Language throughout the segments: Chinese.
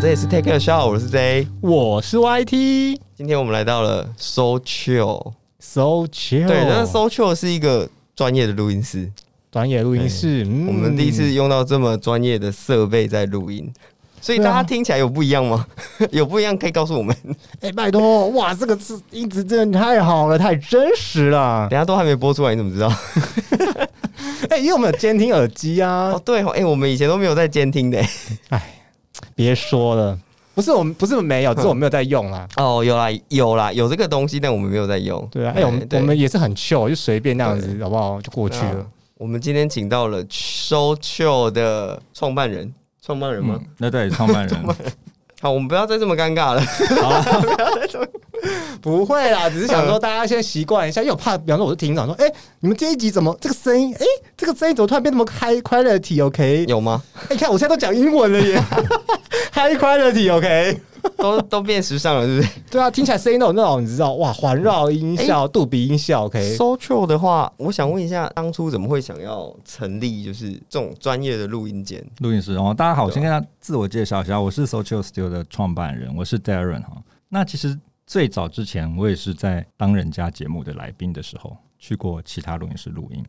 里是 Take a Shot，我是 J。我是 YT 今天我们来到了 So Chill， So Chill，对，那 So Chill 是一个专业的录音室，短野录音室，嗯我们第一次用到这么专业的设备在录音，所以大对家啊听起来有不一样吗？ 有不一样可以告诉我们。哎、拜托，哇，这个是音质真的太好了，太真实了 等。一下都还没播出来，你怎么知道？哎、因为我们有监听耳机 啊哦，，对哦，哎、我们以前都没有在监听的、 别说了，嗯不是我们不是没有，只是我没有在用啊啦。哦，有啦，有啦，有这个东西，但我们没有在用。对啊，嗯哎、我们对我们也是很 chill，就随便那样子，好不好？就过去对啊了。我们今天请到了 So Chill 的创办人，创办人吗？嗯、那对， 创办人，好，我们不要再这么尴尬了。 不会啦，只是想说大家先习惯一下，因为我怕，比方说我是庭长说，哎、你们这一集怎么这个声音，哎、这个声音怎么突然变那么 high quality OK？有吗？ 哎、你看我现在都讲英文了 耶，high quality OK？ 都都变时尚了，是不是？对啊，听起来声音都有那种你知道哇，环绕音效、杜比音效哎 OK？ So Chill 的话，我想问一下，当初怎么会想要成立就是这种专业的录音间？录音师。哦，大家好，我先跟大家自我介绍一下，我是 Social Studio 的创办人，我是 Darren 哈。那其实最早之前，我也是在当人家节目的来宾的时候，去过其他录音室录音。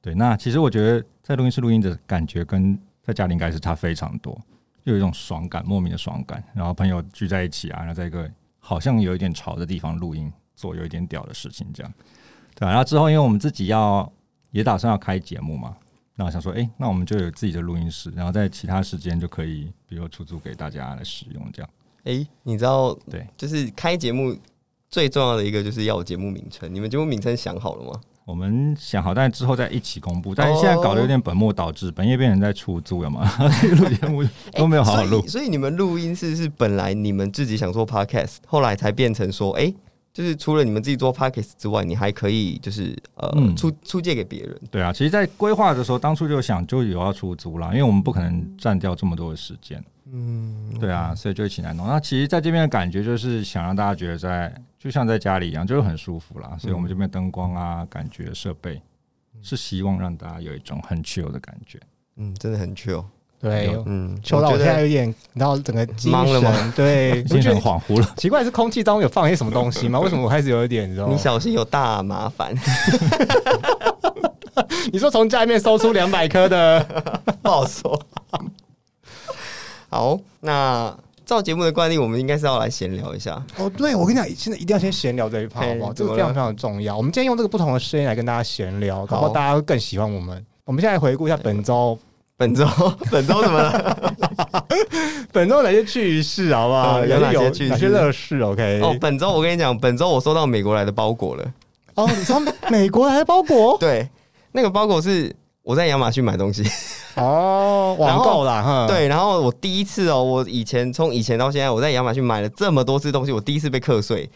对，那其实我觉得在录音室录音的感觉跟在家里应该是差非常多，又有一种爽感，莫名的爽感。然后朋友聚在一起啊，然后在一个好像有一点吵的地方录音，做有一点屌的事情这样。对、啊，然后之后因为我们自己要也打算要开节目嘛，那我想说，哎、那我们就有自己的录音室，然后在其他时间就可以，比如出租给大家来使用，这样。诶，哎你知道，对，就是开节目最重要的一个就是要有节目名称。你们节目名称想好了吗？我们想好，但之后再一起公布。但是现在搞得有点本末倒置，本业变成在出租了嘛，录节目都没有哦好好录所以。所以你们录音室是本来你们自己想做 podcast，后来才变成说，诶，哎就是除了你们自己做 podcast 之外，你还可以就是呃、嗯出出借给别人。对啊，其实，在规划的时候，当初就想就有要出租啦，因为我们不可能占掉这么多的时间。嗯，对啊，所以就一起来弄。那其实，在这边的感觉就是想让大家觉得在就像在家里一样，就是很舒服啦。所以我们这边灯光啊，感觉设备是希望让大家有一种很 chill 的感觉。嗯，真的很 chill。对，嗯，求哦到我我觉现在得有点，你知道整个精懵了神，对，精我神觉得恍惚了。奇怪是空气当中有放一些什么东西 吗？为什么我开始有一点，哦你知道吗你？小心有大麻烦，你说从家里面搜出两百颗的，不好说。 好，那照节目的惯例，我们应该是要来闲聊一下。 哦，对，我跟你讲，现在一定要先闲聊这一趴，好不好？嘿这怎么了个非常非常重要。我们今天用这个不同的声音来跟大家闲聊，搞不好好大家会更喜欢我们。我们现在回顾一下本周，本周 本周怎么了？本周哪些趣事，好不好？呃有哪些有趣哪些事乐事？OK， 哦，本周我跟你讲，本周我收到美国来的包裹了。哦，你说美国来的包裹？对，那个包裹是我在亚马逊买东西。哦，然网后购啦，哈，， 对，然后我第一次哦，我以前从以前到现在，我在亚马逊买了这么多次东西，我第一次被课税。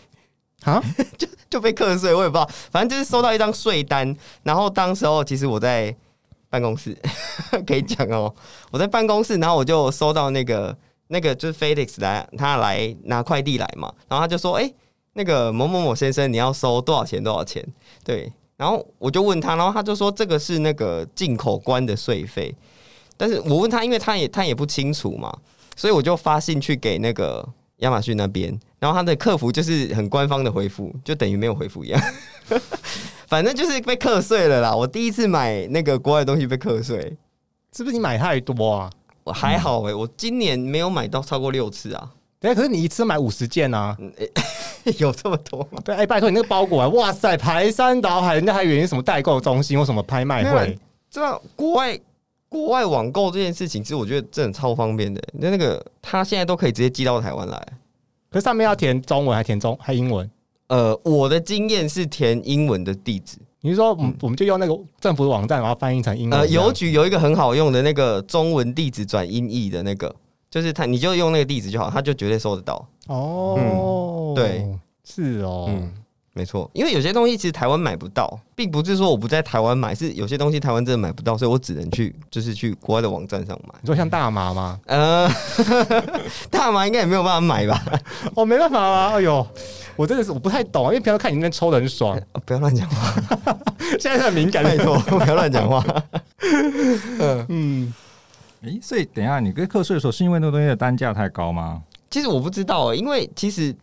啊， 就被课税，我也不知道，反正就是收到一张税单，然后当时候其实我在办公室， 可以讲哦，我在办公室，然后我就收到那个那个就是 Felix 来，他来拿快递来嘛，然后他就说，哎、那个某某某先生，你要收多少钱多少钱？对，然后我就问他，然后他就说这个是那个进口关的税费，但是我问他，因为他也他也不清楚嘛，所以我就发信去给那个亚马逊那边，然后他的客服就是很官方的回复，就等于没有回复一样。 反正就是被课税了啦！我第一次买那个国外的东西被课税，是不是你买太多啊？我还好诶、我今年没有买到超过六次啊， 对，哎可是你一次买五十件啊？嗯有这么多吗？对，哎、拜托你那个包裹啊，哇塞，排山倒海，人家还以为你是什么代购中心或什么拍卖没有啊会，这样国外国外网购这件事情，其实我觉得真的超方便的、欸那那个他现在都可以直接寄到台湾来。可是上面要填中文还填中还英文？呃，我的经验是填英文的地址，你是说我们、我们就用那个政府的网站，然后翻译成英文？呃，邮局有一个很好用的那个中文地址转音译的那个，就是他你就用那个地址就好，他就绝对收得到。哦、嗯对，是哦，嗯没错，因为有些东西其实台湾买不到，并不是说我不在台湾买，是有些东西台湾真的买不到，所以我只能去就是去国外的网站上买。你说像大麻吗？呃， 大麻应该也没有办法买吧？ 哦，没办法啊，哎呦，我真的是我不太懂啊，因为平常看你那边抽的很 爽，啊不要乱讲话， 现在很敏感，拜托，不要乱讲话。嗯，诶，所以等一下你跟课税的时候，是因为那个东西的单价太高吗？其实我不知道、欸，因为其实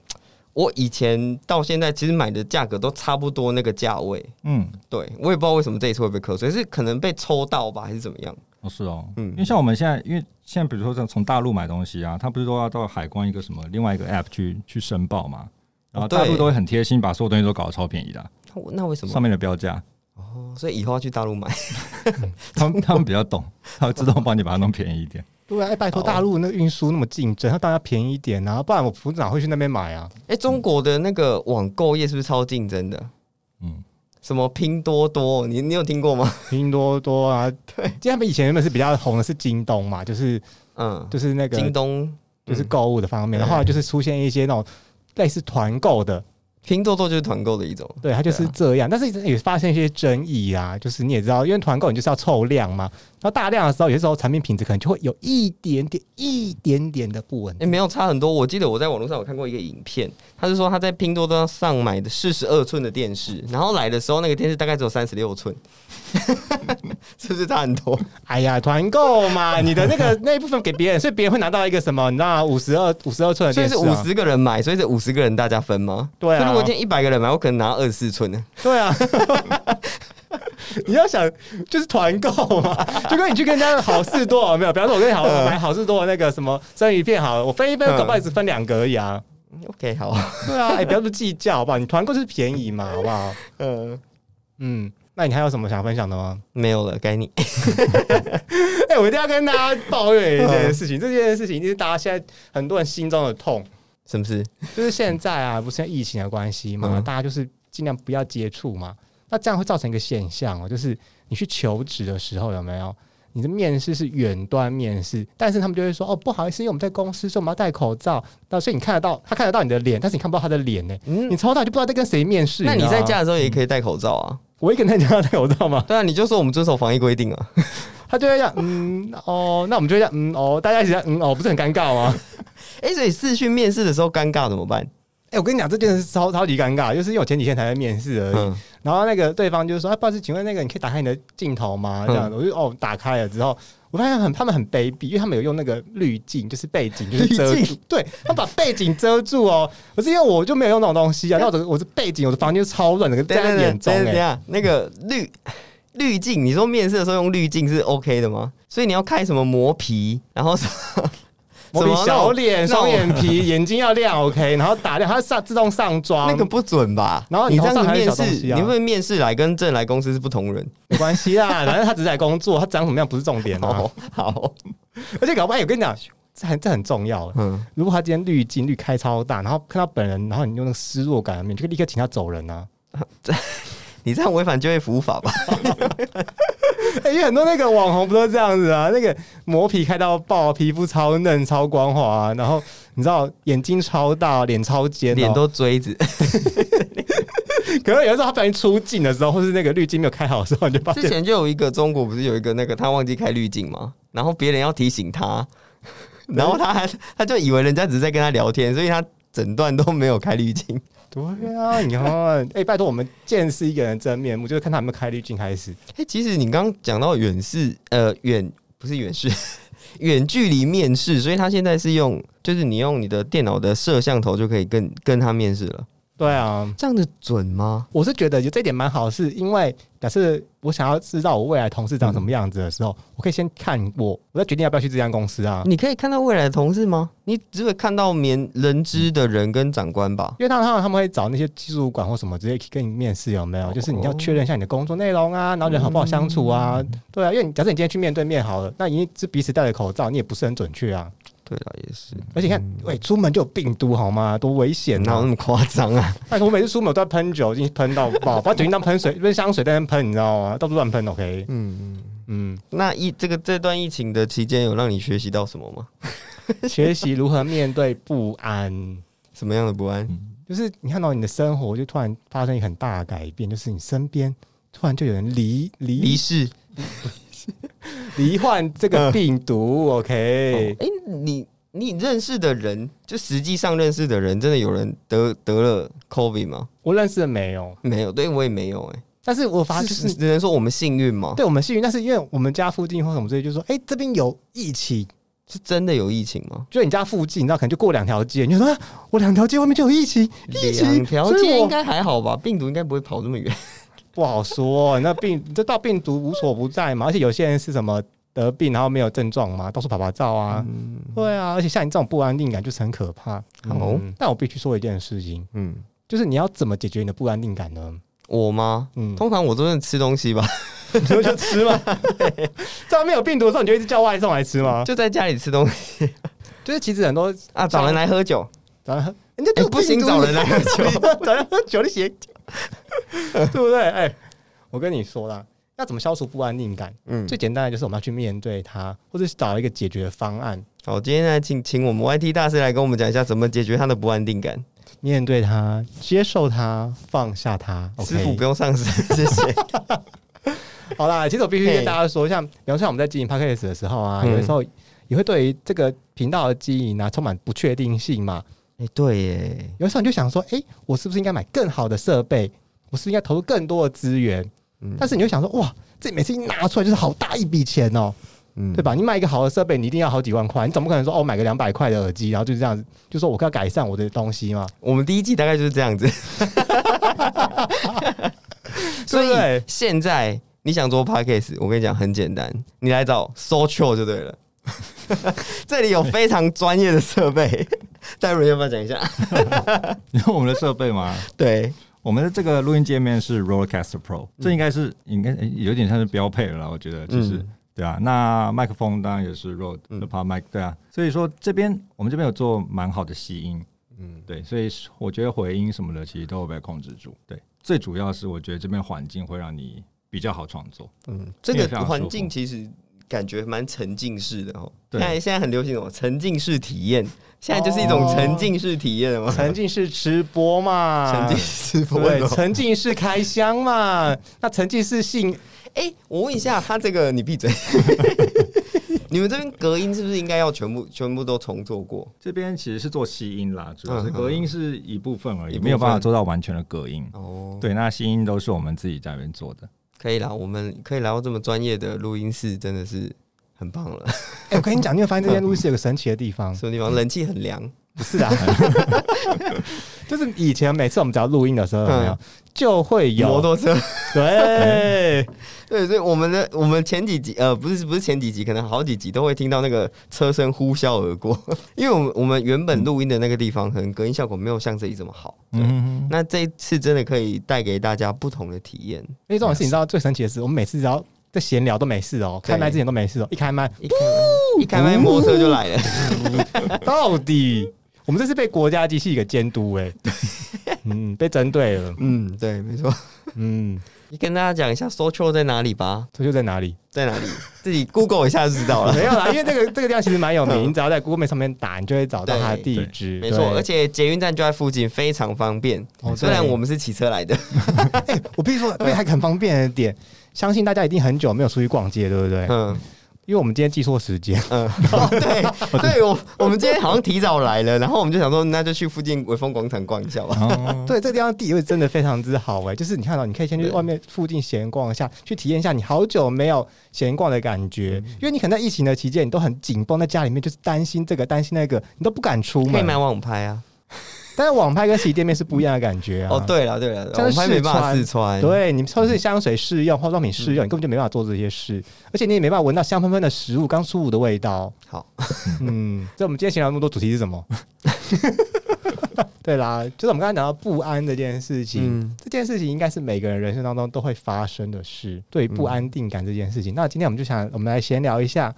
我以前到现在，其实买的价格都差不多那个价位。嗯，对，我也不知道为什么这一次会被扣税，是可能被抽到吧，还是怎么样？哦是哦，嗯因为像我们现在，因为现在比如说像从大陆买东西啊，他不是都要到海关一个什么另外一个 app 去去申报嘛，然后哦对大陆都会很贴心，把所有东西都搞得超便宜的啊、那我那为什么上？面的标价，哦，所以以后要去大陆 买。他们他们比较懂， 他会自动帮你把它弄便宜一点。对啊，哎拜托好大陆那个运输那么竞争，它当然要便宜一点啊，不然我哪会去那边买啊？哎、中国的那个网购业是不是超竞争的？嗯，什么拼多多，你你有听过吗？拼多多啊， 对，因为他们以前原本是比较红的是京东嘛，就是嗯，就是那京个东、就是购物的方面，然后后来就是出现一些那种类似团购的，拼多多就是团购的一种。对，它就是对啊这样，但是也发生一些争议啊，就是你也知道，因为团购你就是要凑量嘛，然后大量的时候，有些时候产品品质可能就会有一点点、一点点的不稳哎、没有差很多。我记得我在网络上有看过一个影片，他是说他在拼多多上买的四十二寸的电视，然后来的时候那个电视大概只有三十六 寸，是不是差很多？哎呀，团购嘛，你的那个 那一部分给别人，所以别人会拿到一个什么？你知道五十二五十二寸的所以电是视、啊，五十个人买，所以是五十个人大家分吗？对啊所以如果今天一百个人买，我可能拿二十四寸呢。对啊。 你要想就是团购 嘛，就跟你去跟人家的好事多有没有？比方说，我跟你 好嗯买好事多的那个什么生鱼片好了，我分一分，嗯搞不好也只分两个而已啊。 OK，好，对啊，哎、不要去计较好不好？你团购就是便宜嘛，好不好？嗯，嗯，那你还有什么想分享的吗？没有了，该你。 哎、我一定要跟大家抱怨一件事情，这件事情一定是大家现在很多人心中的痛。是不是？就是现在啊，不是因为疫情的关系嘛，嗯大家就是尽量不要接触嘛。那这样会造成一个现象哦，就是你去求职的时候有没有？你的面试是远端面试，但是他们就会说哦，不好意思，因为我们在公司，所以我们要戴口罩。那所以你看得到，他看得到你的脸，但是你看不到他的脸呢、嗯啊你，抽到就不知道在跟谁面试。那你知道在吗家，的时候也可以戴口罩啊。我一个人在家戴口罩吗？对啊，你就说我们遵守防疫规定啊。他就会这样，嗯，哦，那我们就会这样，嗯，哦，大家一起这样，嗯，哦，不是很尴尬吗？哎、所以视讯面试的时候尴尬怎么办？ 哎、我跟你讲，这件事超超级尴尬，就是因为我前几天才在面试而已。嗯，然后那个对方就说：“啊，不好意思，请问那个你可以打开你的镜头嗯吗？”这样子，我就哦打开了之后，我发现很他们很卑鄙，因为他们有用那个滤镜，就是背景就是遮滤住， 对他把背景遮住哦。可是因为我就没有用那种东西啊，那我的我的背景我的房间就超乱，整个等一在下眼中等一下等一哎、下，那个滤滤镜，你说面试的时候用滤镜是 OK 的吗？所以你要开什么磨皮，然后什 么我比小脸、什么双那种 眼皮、眼睛要亮 OK，然后打亮，它上自动上妆，那个不准吧？然后你你这头样上子还有面小东试，西你啊会不会面试来跟正来公司是不同人？没关系啦，反正他只是来工作，他长什么样不是重点哦、 哦，好，而且搞不好，哎我跟你讲，这很这很重要。嗯，如果他今天滤镜滤开超大，然后看到本人，然后你用那个失落感的面，就可以立刻请他走人啊！ 你这样违反就业服务法吧？哎因为很多那个网红不都这样子啊？那个磨皮开到爆，皮肤超嫩、超光滑、啊，然后你知道眼睛超大，脸超尖、哦脸。都锥子，可能有的时候他不小心出镜的时候，或是那个滤镜没有开好的时候，你就发之现前就有一个中国不是有一个那个他忘记开滤镜吗？然后别人要提醒他， 然后他还他就以为人家只是在跟他聊天，所以他整段都没有开滤镜。 对啊，你看， 哎、拜托我们见识一个人真面目，就是看他有没有开滤镜开始。哎、其实你刚刚讲到远视，呃，远不是远视， 远距离面试，所以他现在是用，就是你用你的电脑的摄像头就可以跟跟他面试了，对啊，这样的准吗？我是觉得有这一点蛮好，是因为假设我想要知道我未来同事长什么样子的时候，我可以先看我，我再决定要不要去这家公司啊。你可以看到未来的同事吗？你只会看到面人知的人跟长官吧？因为他们他们他们会找那些技术管或什么直接跟你面试有没有？就是你要确认一下你的工作内容啊，然后人好不好相处啊，嗯对啊。因为你假设你今天去面对面好了，那你是彼此戴着口罩，你也不是很准确啊。对了，也是，而且你看，喂、出门就有病毒好吗？多危险哪有那啊！么夸张啊？但是我每次出门我都要喷酒精，喷到爆，把酒精当喷水、喷香水在那边喷，你知道吗？到处乱喷，OK？嗯，嗯， 那疫这个这段疫情的期间，有让你学习到什么吗？学习如何面对不安。什么样的不安？嗯 就是你看到你的生活就突然发生一个很大的改变，就是你身边突然就有人罹离罹世？罹患这个病毒、o 哎、 k 你你认识的人，就实际上认识的人，真的有人得得了 COVID 吗？我认识的没有，没有，对我也没有、哎，但是我啊，发就现就是是只能说我们幸运嘛，对我们幸运，但是因为我们家附近或什么之类，就说哎、这边有疫情，是真的有疫情吗？就你家附近，你知道可能就过两条街，你就说、啊、 我两条街外面就有疫情，疫情，两条所以街我应该还好吧，病毒应该不会跑那么远。不好说、那病这到病毒无所不在嘛，而且有些人是什么得病然后没有症状嘛，到处拍拍照啊，嗯对啊，而且像你这种不安定感就是很可怕。好嗯但我必须说一件事情，嗯，就是你要怎么解决你的不安定感呢？我吗？嗯，通常我都是吃东西吧，你说就吃嘛， 在外面有病毒的时候，你就一直叫外送来吃吗？就在家里吃东西就是其实很多啊，找人来喝酒，早上人家哎就不行，找 人来喝酒，早上喝酒的鞋， 对不对？哎、我跟你说啦，要怎么消除不安定感？嗯最简单的就是我们要去面对它，或者是找一个解决方案，好，今天来请请我们 YT 大师来跟我们讲一下怎么解决他的不安定感，面对它，接受它，放下它。师傅 OK，不用上身，谢谢。 好啦，其实我必须嘿跟大家说，像比方说我们在经营 podcast 的时候啊，嗯有的时候也会对于这个频道的经营啊充满不确定性嘛。哎，对耶，有的时候你就想说，哎、我是不是应该买更好的设备？我是不是应该投入更多的资源？嗯但是你就想说，哇，这每次一拿出来就是好大一笔钱哦、嗯对？吧？你买一个好的设备，你一定要好几万块，你总不可能说哦，买个两百块的耳机，然后就这样子，就说我要改善我的东 西嘛？我们第一季大概就是这样子，所以对不对现在你想做 podcast，我跟你讲很简单，你来找 Social 就对了。 这里有非常专业的设备，戴伦要不要讲一下？你用我们的设备吗？对，我们的这个录音界面是 Rodecaster 嗯 Pro，这应该是应该诶有点像是标配了啦，我觉得就是、嗯对啊。那麦克风当然也是 Rode 嗯的 p o Mic，对啊。所以说这边我们这边有做蛮好的吸音，嗯，对，所以我觉得回音什么的其实都有被控制住。对，最主要是我觉得这边环境会让你比较好创作。嗯，这个环境其实感觉蛮沉浸式的哦。现对在现在很流行什么沉浸式体验，现在就是一种沉浸式体验了嘛。啊沉浸式吃播嘛，哦 沉浸式哦服务。 对，沉浸式开箱嘛，那沉浸式性哎、我问一下，他这个你闭嘴。 你们这边隔音是不是应该要全部全部都重做过？这边其实是做吸音啦，主要是嗯嗯隔音是一部分而一已，部分没有办法做到完全的隔音。哦，对，那吸音都是我们自己在那边做的。可以啦，我们可以来到这么专业的录音室，真的是很棒了。 哎、我跟你讲，你会发现这嗯间录室有个神奇的地方，什么地方冷气很凉？不是 啊， 就是以前每次我们只要录音的时候，有没有嗯就会有摩托车？对，对，所以我们的我们前几集呃，不是不是前几集，可能好几集都会听到那个车声呼啸而过， 因为我们我们原本录音的那个地方，可能隔音效果没有像这里这么好。对，嗯，那这一次真的可以带给大家不同的体验。因为这种事情，你知道最神奇的是，我们每次只要在闲聊都没事哦、嗯对开麦之前都没事哦、一开麦一开麦一开麦，摩托车就来了。到底我们这是被国家机器给监督哎、 嗯，被针对了， 嗯，对，没错。嗯，你跟大家讲一下 social 在哪里吧，这就在哪里？ 在哪里？自己 Google 一下就知道了。没有啦，因为这个这个地方其实蛮有名， 嗯你只要在 Google Map 上面打，你就会找到它的地址。没错，而且且捷运站就在附近，非常方便。哦虽然对我们是骑车来的， 我必须说，对，还很方便的点，相信大家一定很久没有出去逛街，对不对？嗯因为我们今天记错时间，嗯，哦对对，我我们今天好像提早来了，然后我们就想说，那就去附近微风广场逛一下吧。哦对，这个地方地位真的非常之好哎、就是你看到，你可以先去嗯对外面附近闲逛一下，去体验一下你好久没有闲逛的感觉，嗯因为你可能在疫情的期间，你都很紧绷在家里面，就是担心这个担心那个，你都不敢出可以门。买网拍啊！但是网拍跟实体店面是不一样的感觉啊。哦，对了对了，像网是拍没办法试试穿。对，你超市香水试用、化妆品试用，你根本就没办法做这些事，而且你也没办法闻到香喷喷的食物刚出炉的味道。好，嗯，所以我们今天闲聊那么多，主题是 什么？对啦，就是我们刚才讲到不安这件事情，嗯，这件事情应该是每个人人生当中都会发生的事，对于不安定感这件事嗯情。那今天我们就想，我们来闲聊一下。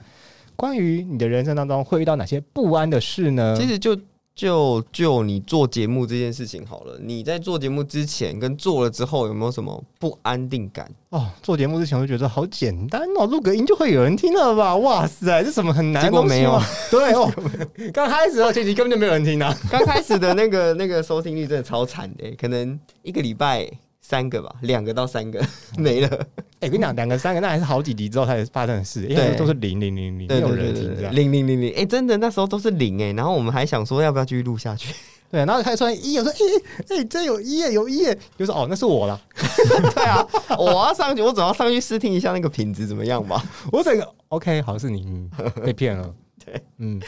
关于你的人生当中会遇到哪些不安的事呢？其实就就就你做节目这件事情好了，你在做节目之前跟做了之后有没有什么不安定感？哦，做节目之前我就觉得好简单哦，录个音就会有人听了吧？哇塞，这什么很难的结果东西没有吗？对哦， 刚开始的时候前期根本就没有人听啊。刚开始的那个那个收听率真的超惨的、可能一个礼拜三个吧，两个到三个没了。哎、跟你讲，两个三个那还是好几集之后才发生的事，因对为都是零零零零，没对有对人对对听这对，样。零零零零，哎，真的那时候都是零哎、然后我们还想说要不要继续录下去，对，然后他突然一，我说哎哎、欸，这有一耶，有一耶，就说哦，那是我啦。对啊， 我要上去，我总要上去试听一下那个品质怎么样吧。 我整个 OK，好是你、嗯、 被骗了，对，嗯，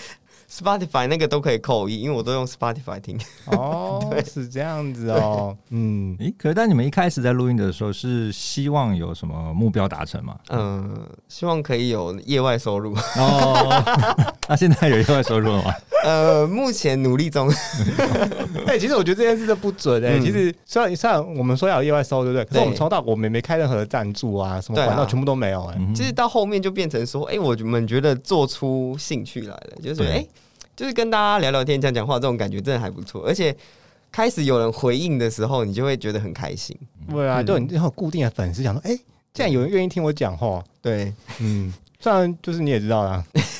Spotify 那个都可以扣一，因为我都用 Spotify 听。 哦，是这样子哦，嗯，诶，可是但你们一开始在录音的时候是希望有什么目标达成吗？嗯、希望可以有业外收入。哦， 那现在有意外收入了吗？呃，目前努力中。哎、其实我觉得这件事都不准哎、嗯其实虽然虽然我们说要有业外收入，对不对？可对是我们从头到尾我们也没开任何的赞助啊，什么对啊管道全部都没有哎、嗯哼其实到后面就变成说，哎、我们觉得做出兴趣来了，就是对哎、就是跟大家聊聊天、讲讲话，这种感觉真的还不错。而且开始有人回应的时候，你就会觉得很开心。对啊，嗯就你有固定的粉丝想说，哎、既然有人愿意听我讲话，对，嗯，虽然就是你也知道 啦，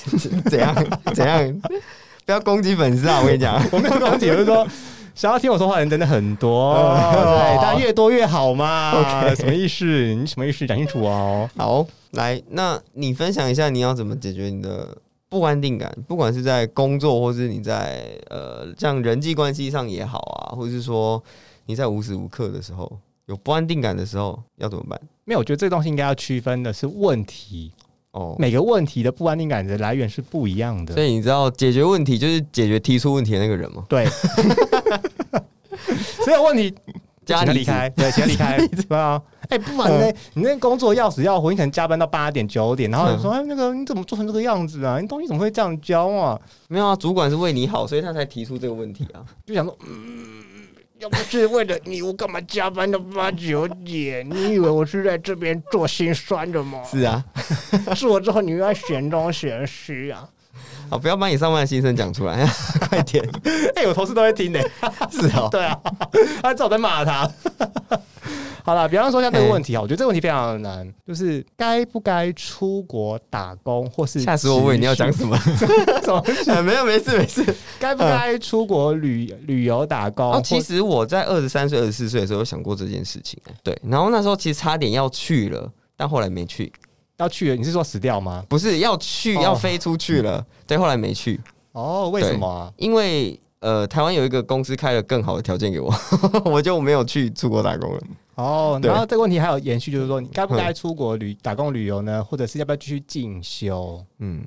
怎样怎样，不要攻击粉丝啊！我跟你讲，我没有攻击，我是 说。想要听我说话的人真的很多，哦对，但越多越好 嘛。 OK 什么意思？你什么意思？讲清楚哦。好，来，那你分享一下你要怎么解决你的不安定感，不管是在工作，或是你在呃像人际关系上也好啊，或是说你在无时无刻的时候有不安定感的时候要怎么办？没有，我觉得这东西应该要区分的是问题，哦，每个问题的不安定感的来源是不一样的所。以你知道解决问题就是解决提出问题的那个人吗？对， 所有问题家请他里离开，对，请他离 开，对啊。哎、不然嗯呢？你那工作要死要活，你可能加班到八点九点，然嗯后你说、哎，那个你怎么做成这个样子啊？你东西怎么会这样教啊？没有啊，主管是为你好，所以他才提出这个问题 啊。就想说，嗯，要不是为了你，我干嘛加班到八九点？你以为我是在这边做心酸的吗？是啊，做之后你又要嫌东嫌西啊！好，不要把你上班的心声讲出来，啊 快点。 哎、我同事都会听呢、 是哦， 对啊，他知道我在骂他。 好了，比方说像这个问题啊，我觉得这个问题非常的难，就是该不该出国打工，或是吓死我！我以为你要讲持什么？续什么？ 哎没有，没事，没事。该不该出国旅旅游打工？哦，其或实我在二十三岁、二十四岁的时候有想过这件事情，欸对。然后那时候其实差点要去了，但后来没去，要去了，你是说死掉吗？不是要去，哦要飞出去了， 对，后来没去，哦，为什么啊？因为呃，台湾有一个公司开了更好的条件给我， 我就没有去出国打工了。哦，对嗯然后这个问题还有延续，就是说你该不该出国旅打工旅游呢？或者是要不要继续进修？嗯，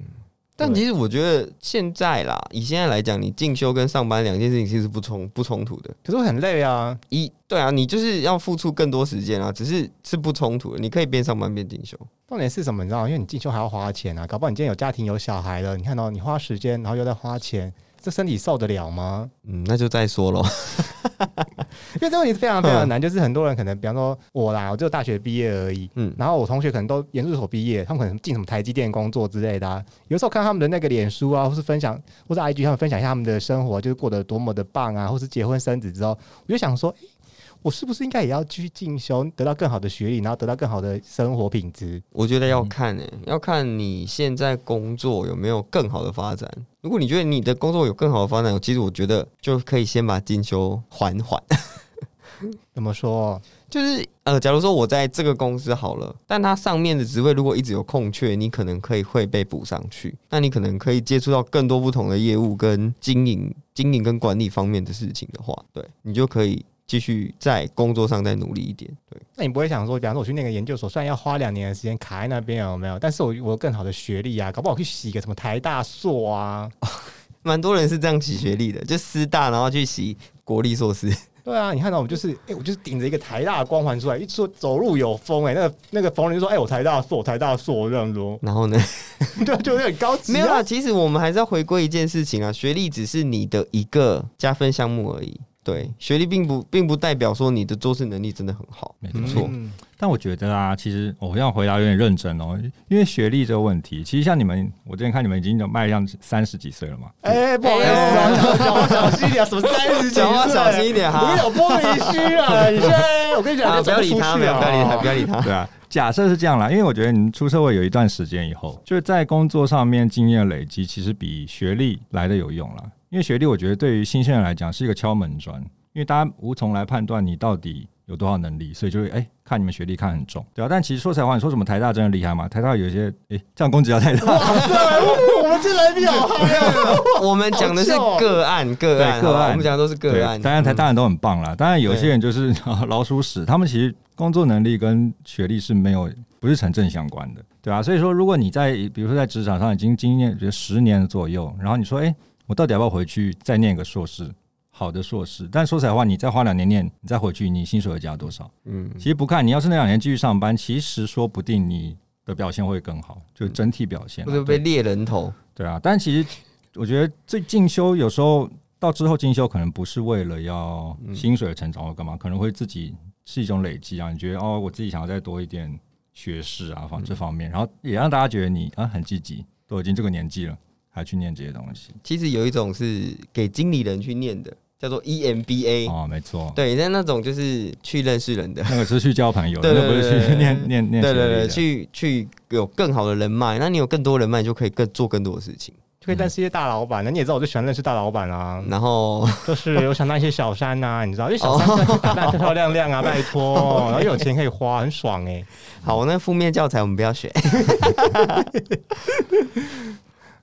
但对其实我觉得现在啦，以现在来讲，你进修跟上班两件事情其实不冲不冲突的。可是我很累啊，一对啊，你就是要付出更多时间啊，只是是不冲突的，你可以边上班边进修。重点是什么？你知道吗，因为你进修还要花钱啊，搞不好你今天有家庭有小孩了，你看到你花时间，然后又在花钱，这身体受得了吗？ 嗯，那就再说咯。因为这个问题是非常非常难，就是很多人可能，比方说我啦，我只有大学毕业而已， 嗯，然后我同学可能都研究所毕业，他们可能进什么台积电工作之类的、啊。有时候看他们的那个脸书啊，或是分享，或是 IG 上分享一下他们的生活，就是过得多么的棒啊，或是结婚生子之后，我就想说，诶我是不是应该也要继续进修，得到更好的学历，然后得到更好的生活品质？我觉得要嗯看诶、欸要看你现在工作有没有更好的发展。如果你觉得你的工作有更好的发展，其实我觉得就可以先把进修缓缓。 怎么说？就是呃，假如说我在这个公司好了，但它上面的职位如果一直有空缺，你可能可以会被补上去。那你可能可以接触到更多不同的业务跟经营、经营跟管理方面的事情的话，对你就可以继续在工作上再努力一点。对，那你不会想说，比方说我去那个研究所，虽然要花两年的时间卡在那边有没有？但是我我有更好的学历啊，搞不好我去洗个什么台大 硕啊？蛮多人是这样洗学历的，就师大然后去洗国立硕士。对啊，你看到我就是，哎、我就是顶着一个台大的光环出来，一出走路有风、哎，那个那个逢人就说，哎、我台大硕，我台大硕这 样说，然后呢？对啊，就有点高级、啊。没有啦，其实我们还是要回归一件事情啊，学历只是你的一个加分项目而已。对，学历并不并不代表说你的做事能力真的很好。没嗯错，但我觉得啊，其实我要回答有点认真哦，因为学历这个问题，其实像你们，我之前看你们已经有迈向三十几岁了嘛，哎、不好意思、啊，小小心一点，什么三十几岁，哎讲话小心一点哈我有玻璃心啊，你现在我跟你啊讲，不要理他，不不要不要理他，不要 理要。他。对啊。假设是这样啦，因为我觉得你们出社会有一段时间以后，就是在工作上面经验累积，其实比学历来的有用啦。因为学历，我觉得对于新鲜人来讲是一个敲门砖，因为大家无从来判断你到底有多少能力，所以就会哎、看你们学历看很重，对啊。但其实说实话，你说什么台大真的厉害吗？台大有一些哎、这样攻击到台大， 对，我们们这来宾好嗨哦！我们讲的是个案，个案，好吧哦对个案我们讲的都是个案。对当然台嗯当然都很棒啦。当然有些人就是 老鼠屎，他们其实工作能力跟学历是没有不是成正相关的，对啊，所以说，如果你在比如说在职场上已经经验，比如十年左右，然后你说，哎、我到底要不要回去再念个硕士？好的硕士，但说实在话，你再花两年念，你再回去，你薪水会加多少？嗯，其实不看，你要是那两年继续上班，其实说不定你的表现会更好，就整体表现啊、或者对嗯被猎人头，对啊，但其实我觉得最进修有时候到之后进修可能不是为了要嗯薪水的成长或干嘛，可能会自己是一种累积啊。你觉得哦，我自己想要再多一点学识啊，方这方嗯面，然后也让大家觉得你啊很积极，都已经这个年纪了还去念这些东西其实有一种是给经理人去念的，叫做 E EMBA。哦，没错，对，但那种就是去认识人的，那个是去交朋友，对那对不是对去对念念 念对学对历对，的。去去有更好的人脉，那你有更多人脉，你就可以更做更多的事情。 就可以认识一些大老板，那你也知道，我就喜欢认识大老板啊，然后就是有想当一些小三呐、你知道，因为小哦三就打扮漂漂亮亮啊，拜 托，然后又有钱可以花，很爽哎、好，那负面教材我们不要 学。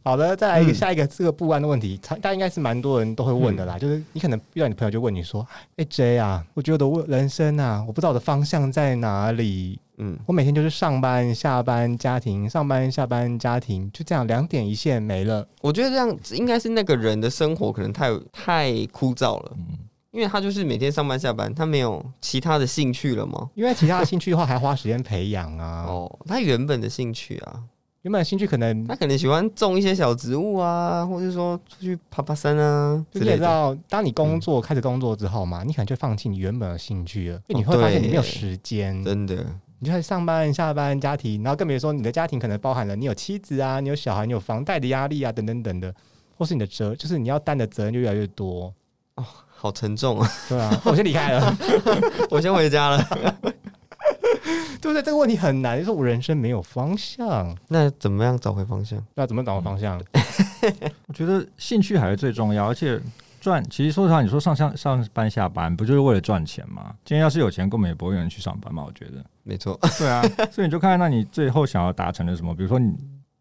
好的，再来一个嗯下一个这个不安的问题，大家应该是蛮多人都会问的啦。就是你可能遇到你朋友就问你说：“哎、J 啊，我觉得我人生啊，我不知道我的方向在哪里。嗯，我每天就是上班、下班、家庭，上班、下班、家庭，就这样两点一线没了。我觉得这样应该是那个人的生活可能太太枯燥了，嗯，因为他就是每天上班下班，他没有其他的兴趣了吗？因为其他的兴趣的话，还花时间培养啊。哦，他原本的兴趣啊，原本的兴趣可能他可能喜欢种一些小植物啊，或者说出去爬爬山啊就之是你也类知的。道，当你工作、开始工作之后嘛，你可能就放弃你原本的兴趣了，因为你哦会发现你对没有时间。嗯真的，你就开始上班、下班、家庭，然后更别说你的家庭可能包含了你有妻子啊，你有小孩，你有房贷的压力啊，等等等的，或是你的责，就是你要担的责任就越来越 多，好沉重啊！ 对啊，我先离开了， 我先回家了。对不对？这个问题很难，就是我人生没有方向， 那怎么样找回方向？那怎么找到方嗯向？我觉得兴趣还是最重要，而且赚，其实说实话，你说上上上班下班不就是为了赚钱吗？今天要是有钱，根本也不会有人去上班嘛，我觉得。没错， 对啊，所以你就看，那你最后想要达成的什么？比如说你，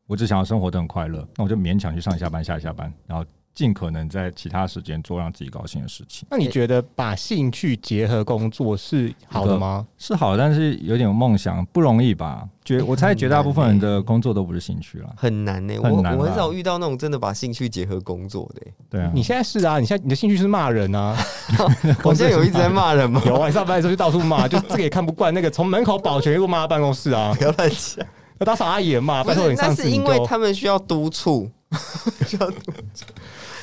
我只想要生活的很快乐，那我就勉强去上下班、下下班，然后尽可能在其他时间做让自己高兴的事情，那你觉得把兴趣结合工作是好的吗？是好的，但是有点梦想不容易吧？绝我猜绝大部分人的工作都不是兴趣啦。很难呢、我很难啊我很少遇到那种真的把兴趣结合工作的、对啊，你现在是啊，你现在你的兴趣是骂人啊，欸 我现在有一直在骂人吗？有啊，你上班的时候就到处骂，就这个也看不惯，那个从门口保全又骂到办公室啊， 不要乱讲。要打扫阿姨也骂，啊拜托你上那次是你因为就他们需要督 促，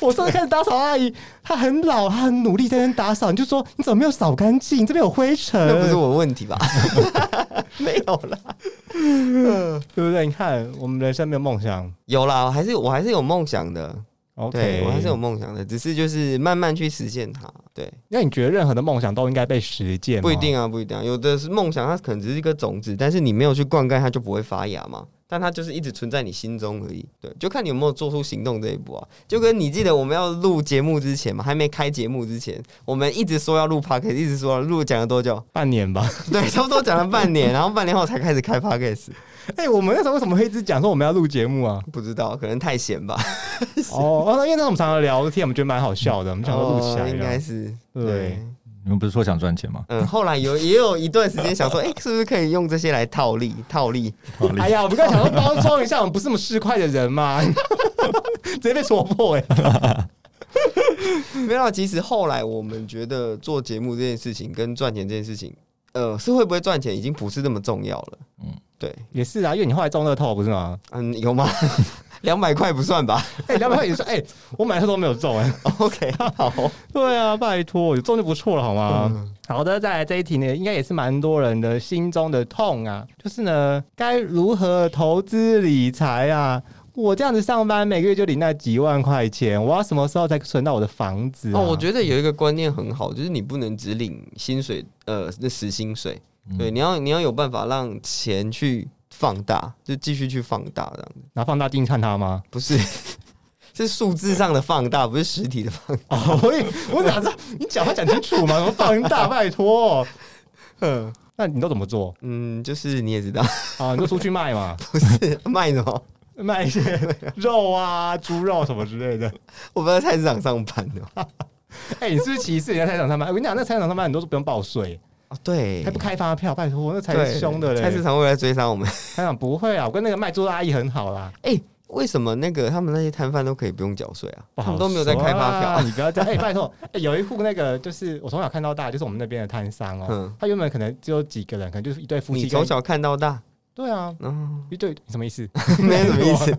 我上次看打扫阿姨，她很老，她很努力在那边打扫，你就说你怎么没有扫干净？这边有灰尘，那不是我问题吧？ 没有啦，对不对？你看，我们人生没有梦想有啦，还是我还是有梦想的。 ，OK，对我还是有。梦想的，只是就是慢慢去实现它。对，那你觉得任何的梦想都应该被实践吗？不一定啊，不一定啊。有的是梦想，它可能只是一个种子，但是你没有去灌溉，它就不会发芽嘛。但它就是一直存在你心中而已。对，就看你有没有做出行动这一步啊。就跟你记得我们要录节目之前嘛，还没开节目之前，我们一直说要录 podcast，一直说要录，讲了多久？ 半年吧。 对，差不多讲了半年，然后半年后才开始开 podcast，哎、我们那时候为什么会一直讲说我们要录节目 啊？不知道可能太闲吧。哦，哦因为那时候我们常常聊天，我们觉得蛮好笑的，我们想要录起来哦应该了。是对。你们不是说想赚钱吗？嗯，后来有也有一段时间想说，哎、是不是可以用这些来套利？套利，哎呀，我们刚才想要包装一下，我们不是那么市侩的人 嘛，直接被戳破哎、没有，啊其实后来我们觉得做节目这件事情跟赚钱这件事情，呃，是会不会赚钱已经不是那么重要了。嗯嗯，对，也是啊，因为你后来中乐透不是吗？嗯，有吗？ 两百块不算吧 哎、聊聊天也说，哎、我买的时候都没有中哎、 ？OK，好， 对啊，拜托，有中就不错了，好吗？好的，再来这一题呢，应该也是蛮多人的心中的痛啊，就是呢，该如何投资理财啊？我这样子上班，每个月就领那几万块钱，我要什么时候才存到我的房子、啊？哦，我觉得有一个观念很好，就是你不能只领薪水，呃，那时薪水，对，嗯你要你要有办法让钱去放大，就继续去放大这样子，拿放大镜看它吗？不是。 是数字上的放大，不是实体的放大。 哦，我也我哪知道？你讲话讲清楚嘛，什么放大，拜托。嗯， 那你都怎么做嗯，就是你也知道， 啊？你就出去卖嘛，不是卖什么，卖一些肉啊、猪肉什么之类的。我不在菜市场上班的哎、你是不是歧视人家菜场上班？我跟你讲，那菜场上班很多都不用报税，哦，对，还不开发票，拜托，那才对是凶的嘞。菜市场会来追杀我们。菜场不会啊，我跟那个卖猪的阿姨很好啦，哎、为什么那个他们那些摊贩都可以不用缴税啊？不他好们都没有在说开发啊票。你不要这样。哎、拜托、哎有一户那个就是我从小看到大，就是我们那边的摊商哦，嗯他原本可能只有几个人，可能就是一对夫妻你跟。从小看到大，对啊，嗯，一对什么意 思？ 没什么意 思。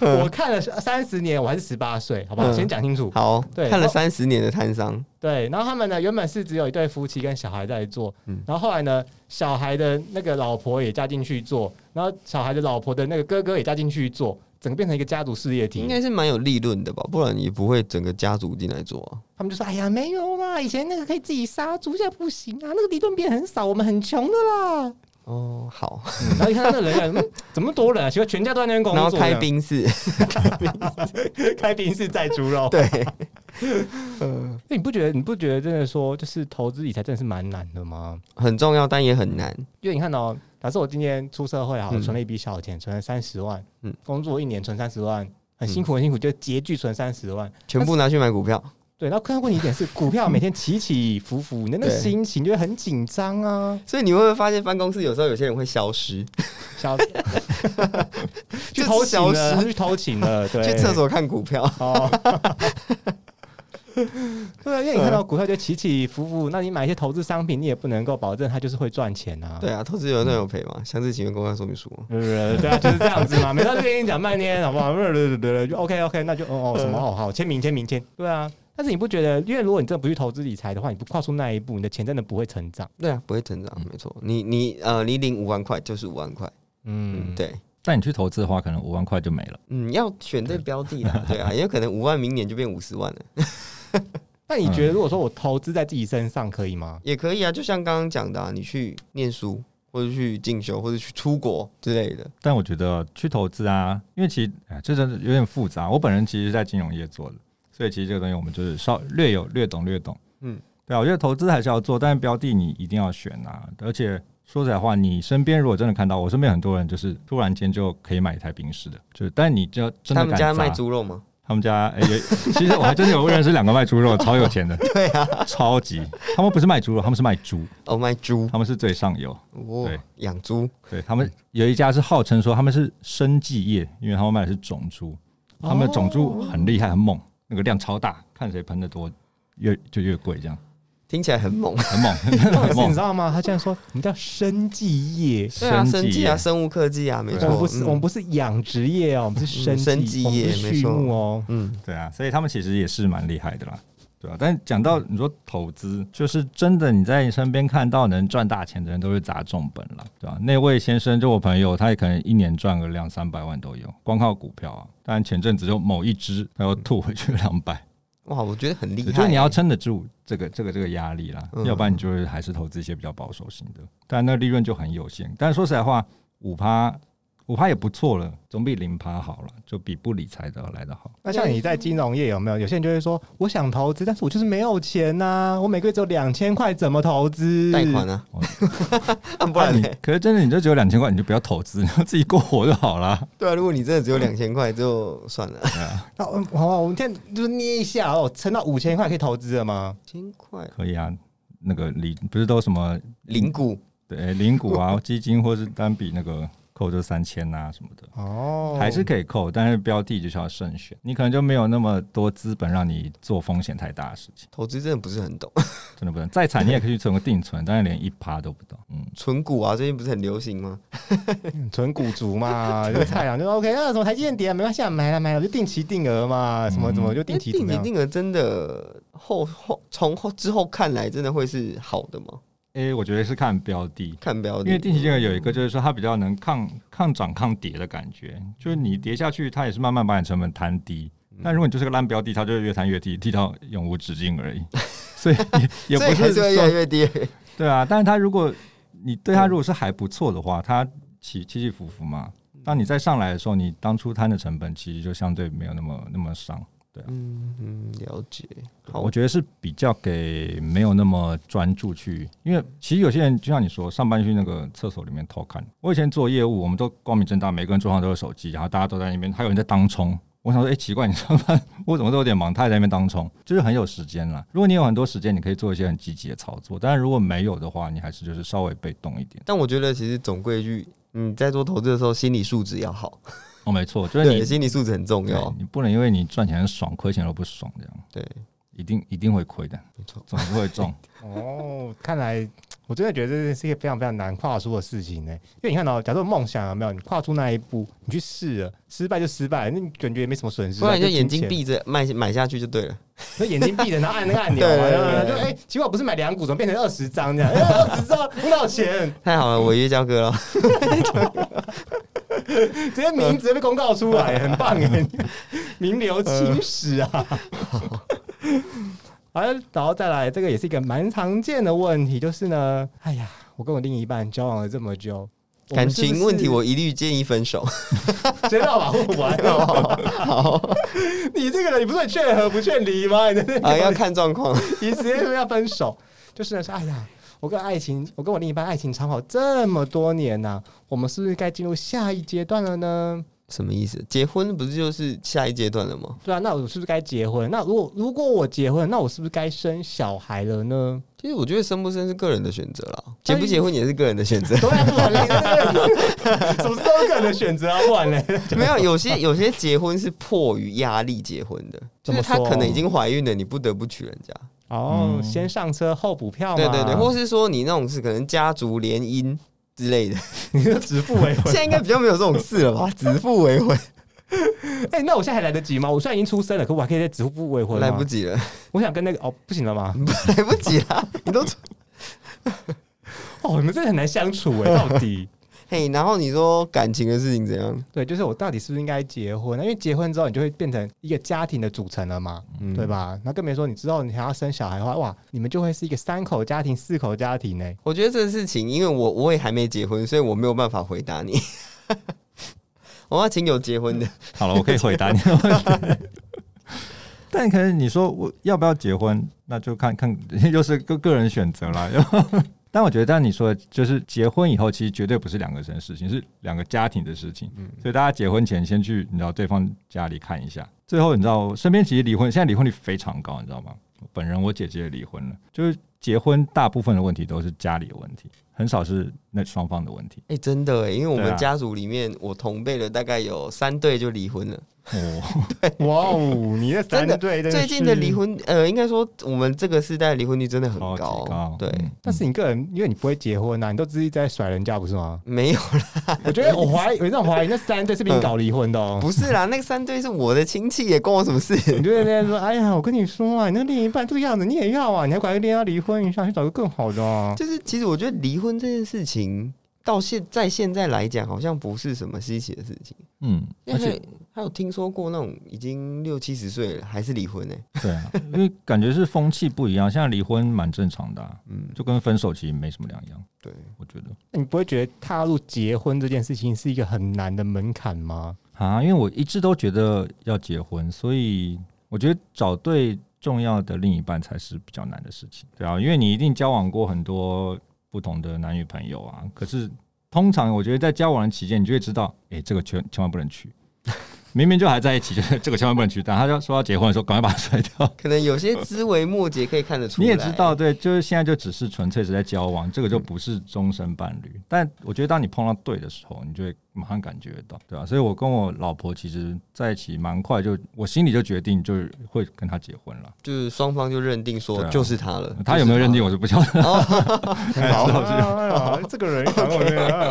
我看了三十年，我还是十八岁，好不好？嗯先讲清楚。好，对哦看了然后三十年的摊商，对，然后他们呢，原本是只有一对夫妻跟小孩在做，嗯然后后来呢，小孩的那个老婆也嫁进去做，然后小孩的老婆的那个哥哥也嫁进去做，整个变成一个家族事业体应。该是蛮有利润的吧？不然也不会整个家族进来做啊、他们就说：“哎呀，没有啦，以前那个可以自己杀猪，现在不行啊，那个利润变很少，我们很穷的啦。哦，好，嗯然后一看那个人员、嗯怎么那么多人、啊，奇怪，全家都在那边工然作后这开样，冰室， 开宾是在猪肉。 对，那你不觉得你不觉得真的说，就是投资理财真的是蛮难的吗？很重要，但也很难。因为你看哦，假设我今天出社会好了，嗯存了一笔小钱，存了三十万，嗯工作一年存三十万，很辛苦很辛苦，就拮据存三十万。全部拿去买股票，对，然后看到问题一点是，股票每天起起伏伏， 你的那个对心情就会很紧张啊。所以你会不会发现办公室有时候有些人会消失， 小去就偷是情消了，失去偷情了，对，去厕所看股票？哦。对啊，因为你看嗯到股票就起起伏伏，那你买一些投资商品，你也不能够保证它就是会赚钱啊。对啊，投资有那有赔嘛？详细请问公开说明书。对不对？对啊，就是这样子嘛。每次都跟你讲半天，好不好？对对对对，就 OK OK，那就哦哦什么哦好，签名签名签。对啊，但是你不觉得？因为如果你真的不去投资理财的话，你不跨出那一步，你的钱真的不会成长。对啊，不会成长，没错。你你呃，你领五万块就是五万块，嗯嗯，，对，但你去投资的话，可能五万块就没了。嗯，要选对标的啦，对啊，也有可能五万明年就变五十万了，那嗯你觉得如果说我投资在自己身上可以 吗？也可以啊。就像刚刚讲的、啊，你去念书，或者去进修，或者去出国之类的。但我觉得去投资啊，因为其实哎，这真的有点复杂。我本人其实是在金融业做的，所以其实这个东西我们就是稍略有略懂略懂。嗯嗯，对啊，我觉得投资还是要做，但是标的你一定要选啊。而且说实在话，你身边如果真的看到，我身边很多人就是突然间就可以买一台宾士的，就是但你就真的他们敢家砸卖猪肉吗？他们家、哎也，其实我还真的有认识两个卖猪肉，超有钱的，对啊，超级。他们不是卖猪肉，他们是卖猪，哦，卖猪，他们是最上游。哇对，养猪，对他们有一家是号称说他们是生技业，因为他们卖的是种猪，哦他们的种猪很厉害很猛，那个量超大，看谁喷的多越就越贵，这样听起来很猛。很猛很是你猛知。道吗？他竟然说我们叫生技业，对 啊，生技技啊，生物科技啊，没对错我们不是、嗯我们不是养殖业哦，我们是生嗯生技我们业是没畜错牧哦。嗯，对啊，所以他们其实也是蛮厉害的啦，对啊。但讲到你说投资，就是真的你在你身边看到能赚大钱的人，都是砸重本了，对吧、那位先生就我朋友，他也可能一年赚个两三百万都有，光靠股票啊。但前阵子就某一只，他又吐回去两百。哇，我觉得很厉害。啊就是你要撑得住这个这个这个压力啦，嗯要不然你就是还是投资一些比较保守型的，但那利润就很有限。但说实在话，五趴五趴也不错了，总比零趴好了，就比不理财的来得好。那像你在金融业有没有？有些人就会说，我想投资，但是我就是没有钱呐、我每个月只有两千块，怎么投资？贷款 啊哦，啊不然你呢？可是真的你就只有两千块，你就不要投资，你 就自己过活就好啦。对啊，如果你真的只有两千块，就算了。那我们好啊吧，我们现在就是捏一下哦，撑到五千块可以投资了吗？千块可以啊，那个零不是都什么零股，对零股 啊、基金或是单笔那个扣就三千啊什么的。哦，还是可以扣，但是标的就是要慎选，你可能就没有那么多资本让你做风险太大的事情。投资真的不是很懂。 真的不能再惨，你也可以去存个定存，但是连一趴都不到。嗯，存股啊，最近不是很流行吗？纯股族 嘛，就菜啊，就 OK。那什么台积电跌啊，没关系啊，买了买了，就定期定额嘛，什么嗯怎么就哎定期那怎定么期样？哎定额真的后后从后之后看来，真的会是好的吗？诶、我觉得是看标的，看标的，因为定期定额有一个就是说它比较能抗抗涨抗跌的感觉，就是你跌下去，它也是慢慢把你成本摊低。嗯但如果你就是个烂标的，它就会越摊越低，低到永无止境 而已。所以也也所以不还是是会越来说越低。对啊，但是它如果你对它如果是还不错的话，它起起起伏伏嘛。当你再上来的时候，你当初摊的成本其实就相对没有那么那么伤。嗯嗯，了解。好，我觉得是比较给没有那么专注去，因为其实有些人就像你说，上班去那个厕所里面偷看。我以前做业务，我们都光明正大，每个人桌上都有手机，然后大家都在那边，还有人在当冲。我想说，哎、奇怪，你上班我怎么都有点忙，他也在那边当冲，就是很有时间啦。如果你有很多时间，你可以做一些很积极的操作，但是如果没有的话，你还是就是稍微被动一点。但我觉得其实总归一句，你在做投资的时候，心理素质要好，哦，没错，就是对，你心理素质很重对要。你不能因为你赚钱很爽，亏钱都不爽，这样对，一定一定会亏的，没错。总是会中。哦，看来我真的觉得这是一个非常非常难跨出的事情呢、因为你看到、哦假设梦想有没有，你跨出那一步，你去试了，失败就失败了，那你感觉也没什么损失，啊不然你就金眼睛钱，闭着卖买下去就对了。那眼睛闭着，然后按那个按钮 嘛，对对对然后就对哎、结果不是买两股，怎么变成二十张这样？哎二十张多少钱？太好了，我约交割了。直接名直接被公告出来，嗯很 棒哎，名留青史啊！嗯好，然后再来，这个也是一个蛮常见的问题，就是呢，哎呀，我跟我另一半交往了这么久，我感们是不是情问题我一律建议分手。先让我问完 哦。你这个人，你不是很劝和不劝离吗？你 在这啊，里要看状况。你直接说要分手，就是呢说，哎呀，我跟爱情，我跟我另一半爱情长跑这么多年呐、我们是不是该进入下一阶段了呢？什么意思？结婚不是就是下一阶段了吗？对啊，那我是不是该结婚？那如果如果我结婚，那我是不是该生小孩了呢？其实我觉得生不生是个人的选择啦，结不结婚也是个人的选 择。对啊，不然嘞什么时候个人的选择啊？不然嘞， 没有，有些有些结婚是迫于压力结婚的，就怎么是说他可能已经怀孕了，你不得不娶人家。 哦，嗯先上车后补票嘛，对对对，或是说你那种是可能家族联姻之类 的，你 就指腹为现婚。在应该比较没有这种事 了吧？指腹为婚哎、那我现在还来得及吗？我虽然已经出生了，可我还可以再指腹为婚吗来不及了，我想跟那个哦，不行了 吗？来不及 了，你都哦，你们真的很难相处 哎，到底。嘿。然后你说感情的事情怎样？对，就是我到底是不是应该结婚？因为结婚之后，你就会变成一个家庭的组成了嘛，嗯对？吧？那更别说你之后你还要生小孩的话，哇，你们就会是一个三口家庭、四口家庭呢、欸我觉得这个事情，因为我我也还没结婚，所以我没有办法回答你。 我要请有结婚的，好了，我 可以回答你的问题。但可能你说我要不要结婚，那就看看， 又是个个人选择啦。 但我觉得，但你说的就是结婚以后，其实绝对不是两个人的事情，是两个家庭的事情。嗯所以大家结婚前先去，你知道对方家里看一下。最后，你知道身边其实离婚，现在离婚率非常高，你知道吗？我本人我姐姐也离婚了，就是结婚大部分的问题都是家里的问题，很少是那双方的问 题。哎、真的哎、因为我对啊们家族里面，我同辈的大概有三对就离婚了。哦，哇哦，你的三真的对真最是近的离，婚，呃，应该说我们这个时代离婚率真的很超级高，高，对，？嗯但是你个人，因为你不会结婚啊呐、你都只是在甩人家，不是吗 没有，我觉得我怀疑有一种怀疑，那三对是不是你搞离婚的、 哦？不是啦，那个三对是我的亲戚耶，关我什么事？嗯你就在那边说，哎呀，我跟你说啊，你那另一半这个样子，你也要啊，你还管一定要离婚，你想去找个更好的、 啊。就是其实我觉得离婚这件事情，到现在现在来讲，好像不是什么稀奇的事情。嗯，因而为且还有还有听说过那种已经六七十岁了还是离婚呢、欸 对啊，因为感觉是风气不一样，现在离婚蛮正常的啊、嗯，就跟分手其实没什么两样，对，我觉得你不会觉得踏入结婚这件事情是一个很难的门槛吗？啊，因为我一直都觉得要结婚，所以我觉得找对重要的另一半才是比较难的事情，对啊，因为你一定交往过很多不同的男女朋友啊，可是通常我觉得在交往的期间，你就会知道，哎、这个千千万不能去。明明就还在一起，就是这个千万不能去。但他就说要结婚的时候，赶快把他甩掉。可能有些枝微末节可以看得出 你来。也知道，，对，就是现在就只是纯粹是在交往，这个就不是终身伴侣。但我觉得，当你碰到对的时候，你就会马上感觉到，对吧、所以我跟我老婆其实在一起蛮快就，我心里就决定就是会跟她结婚了。就是双方就认定说对啊就是他了。她有没有认定我？我是不晓得。 好，哎呀这个人扛我这个哎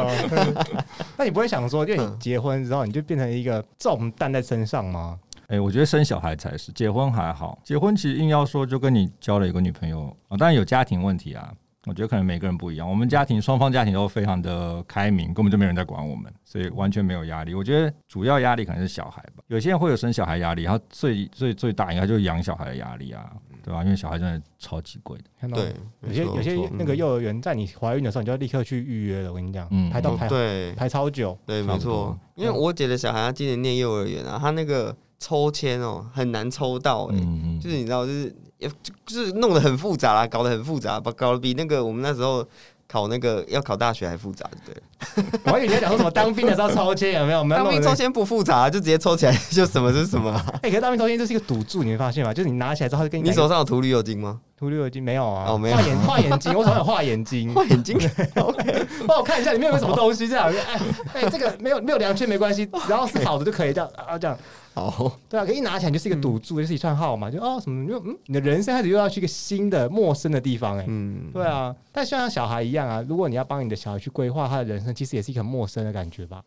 呀那你不会想说，因为嗯你结婚之后，你就变成一个重担在身上吗？哎、我觉得生小孩才是，结婚还好。结婚其实硬要说，就跟你交了一个女朋友啊、当然有家庭问题啊。我觉得可能每个人不一样，我们家庭双方家庭都非常的开明，根本就没人在管我们，所以完全没有压力。我觉得主要压力可能是小孩吧，有些人会有生小孩压力，然后最最最大应该就是养小孩的压力啊，嗯对吧、因为小孩真的超级贵的，看到吗对，有没些错有些没错那个嗯幼儿园，在你怀孕的时候，你就要立刻去预约了。我跟你讲，嗯排到哦排对排超久。对，差没不多错，因为我姐的小孩她今年念幼儿园啊，她那个抽签哦，很难抽到哎、嗯就是你知道，就是也就是弄得很复杂啦，搞得很复杂，把搞得比那个我们那时候考那个要考大学还复杂，对了。我还以为你要讲说什么当兵的时候抽签有没有？我们要当弄兵得抽签不复杂，就直接抽起来 就什么是什么啊、 哎、可是当兵抽签就是一个赌注，你会发现吗？就是你拿起来之后，他就跟你你讲手上有涂绿油精 吗？涂绿油精没有啊？哦没有画眼画眼睛，我手上有画 眼睛，画眼睛，帮哦我看一下里面有没有什么东西这样。哎哎，这个没有没有良缺 没关系，只要是好的就可以这样啊这样。好，对啊，可一拿起来就是一个赌注，就是一串号码，就哦什么就嗯，你的人生开始又要去一个新的陌生的地方哎、嗯，对啊，但像小孩一样啊，如果你要帮你的小孩去规划他的人生，其实也是一个很陌生的感觉吧。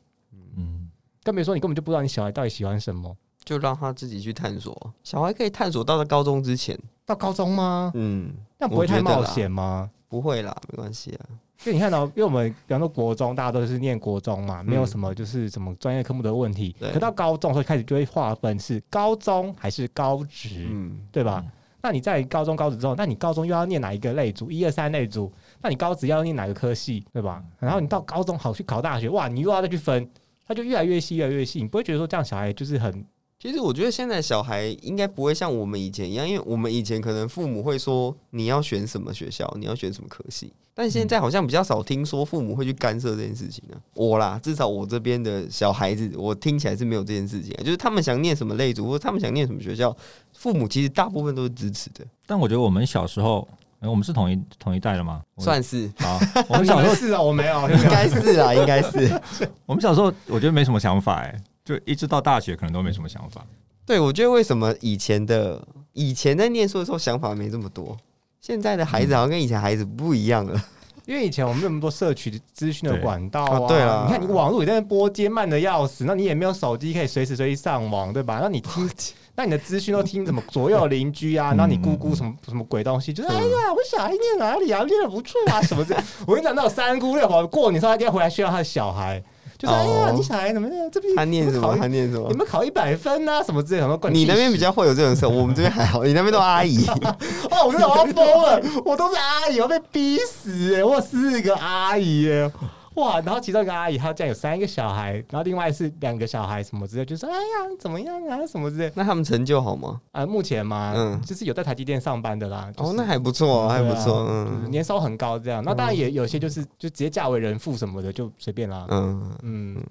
嗯，更别说你根本就不知道你小孩到底喜欢什么。就让他自己去探索。小孩可以探索到他高中之前，到高中吗？嗯，那不会太我觉得冒啦险吗？不会啦，没关系啊。就你看到、因为我们比方说国中，大家都是念国中嘛，没有什么就是什么专业科目的问题。嗯对可到高中的时候开始就会划分是高中还是高职，嗯，对吧？那你在高中、高职之后，那你高中又要念哪一个类组？一二三类组，那你高职要念哪个科系，对吧？嗯然后你到高中好去考大学，哇，你又要再去分，它就越来越细，越来越细。你不会觉得说这样小孩就是很其实我觉得现在小孩应该不会像我们以前一样，因为我们以前可能父母会说你要选什么学校，你要选什么科系，但现在好像比较少听说父母会去干涉这件事情啊。我啦，至少我这边的小孩子，我听起来是没有这件事情、啊，就是他们想念什么类组或者他们想念什么学校，父母其实大部分都是支持的，但我觉得我们小时候，哎我们是同一同一代的吗？我算是好，我们小时候是啊，我没有，应该是啦，应该是。我们小时候我觉得没什么想法哎、就一直到大学可能都没什么想法。对，我觉得为什么以前的以前在念书的时候想法没这么多，现在的嗯孩子好像跟以前孩子不一样了。因为以前我们没有那么多摄取资讯的管道啊，对啊对啊你看你网络也在那播接慢的要死，那你也没有手机可以随时随地上网，对吧？那你听，那你的资讯都听什么左右邻居啊，嗯然后你姑姑什么什么鬼东西，就是嗯哎呀，我小孩念哪里啊，念的不错啊，什么这， 我跟你讲，那有三姑六婆过年时候一定要回来炫耀他的小孩，就是、哎呀，哦你小孩怎么这边 他念什么？他有念什么没？有考一百分啊？什么之类的，什么你那边比较会有这种事，我们这边还好。你那边都阿 姨，哦，我真的要疯了，我都是阿姨，我被逼死哎、我有四个阿姨耶、哇！然后其中一个阿姨她竟然有三个小孩，然后另外是两个小孩什么之类，就说哎呀怎么样啊什么之类。那他们成就好吗？啊、目前嘛，嗯就是有在台积电上班的啦。 就是、哦，那还不错、啊，还对不啊错。就是嗯年收很高这样。那当然也有些就是就直接嫁为人妇什么的，就随便啦。嗯嗯，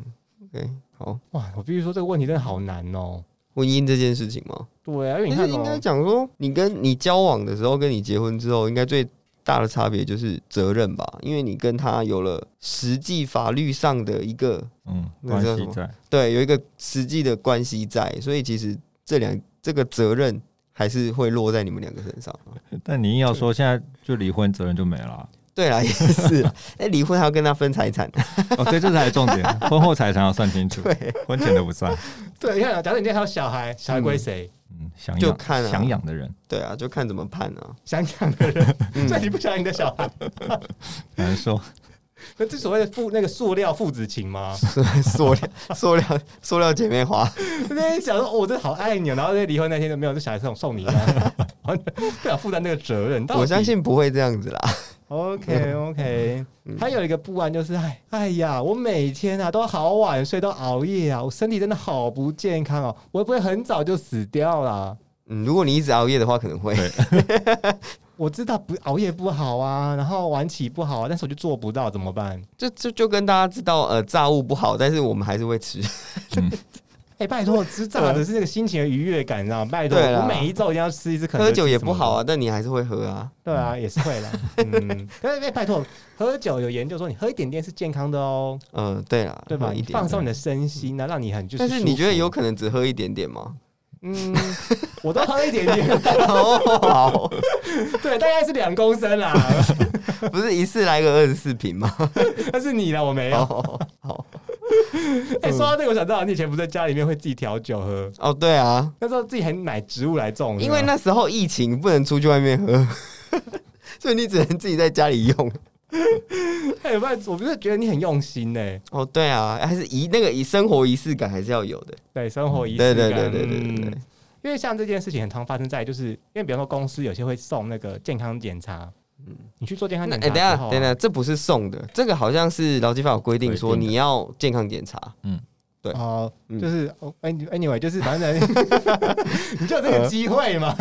，OK，好。哇，我必须说这个问题真的好难哦。婚姻这件事情嘛，对啊，因为你但是看应该哦，讲说，你跟你交往的时候，跟你结婚之后，应该最大的差别就是责任吧，因为你跟他有了实际法律上的一个嗯，那关叫系什么在，对，有一个实际的关系在，所以其实这两这个责任还是会落在你们两个身上。啊但你硬要说现在就离婚责任就没了啊、对啦，也是啦，哎，离婚还要跟他分财产，哦，对，这才是重 点，婚后财产要算清楚，婚前的不算。对，你看哦，假设你今天还有小孩，小孩归谁？嗯，想就养看啊想养的人对啊，就看怎么判啊。 想养的人，嗯 所以你不想养你的小孩，难说，那这所谓的父那个塑料父子情吗？塑料、塑料、塑料姐妹花，那天想说，哦我真的好爱你哦，然后在离婚那天就没有，就小孩送送你了， 然后不想负担那个责任。到底我相。信不会这样子啦。 OK OK， 嗯还有一个不安就是，哎哎呀，我每天啊都好晚睡，都熬夜啊，我身体真的好不健康哦，我会不会很早就死掉啦？嗯，如果你一直熬夜的话，可能会。我知道不熬夜不好啊，然后晚起不好啊，但是我就做不到，怎么办？ 就就就跟大家知道，呃，炸物不好，但是我们还是会吃。哎、拜托，知道的是那个心情的愉悦感，你知道吗？拜托，啊对啦我每一周一定要吃一次肯德喝基，酒也不好啊，。但你还是会喝啊。对啊，也是 会啦。嗯，但是拜托，喝酒有研究说，你喝一点点是健康的哦，嗯、对啦，对吧？喝一你点嗯放。松你的身心啊，让你很就是。但是你觉得有？可能只喝一点点吗？ 嗯，我都喝一点点，哦，好， 对，大概是两公升 啦。不是一次来个二十四瓶 吗？但是你呢，我没有。哦，好， 哎、说到这个，我想到你以前不是在家里面会自己调酒喝，哦，对啊，那时候自己还买植物来种，啊因为那时候疫情不能出去外面喝， 所以你只能自己在家里用。哎、欸，不然我不是觉得你很用心呢、哦，对啊，还是仪那个仪生活仪式感还是要有的。对，生活仪嗯对式感，对对对对对嗯对，因为像这件事情很常发生在，就是因为比方说公司有些会送那个健康检查，嗯，你去做健康那检哎、查等一下之后啊、等一下，这不是送的，这个好像是劳基法有规定说规定的 你要健康检查。嗯对哦，嗯就是哦 any- anyway，就是反正 你就有这呃个机会嘛。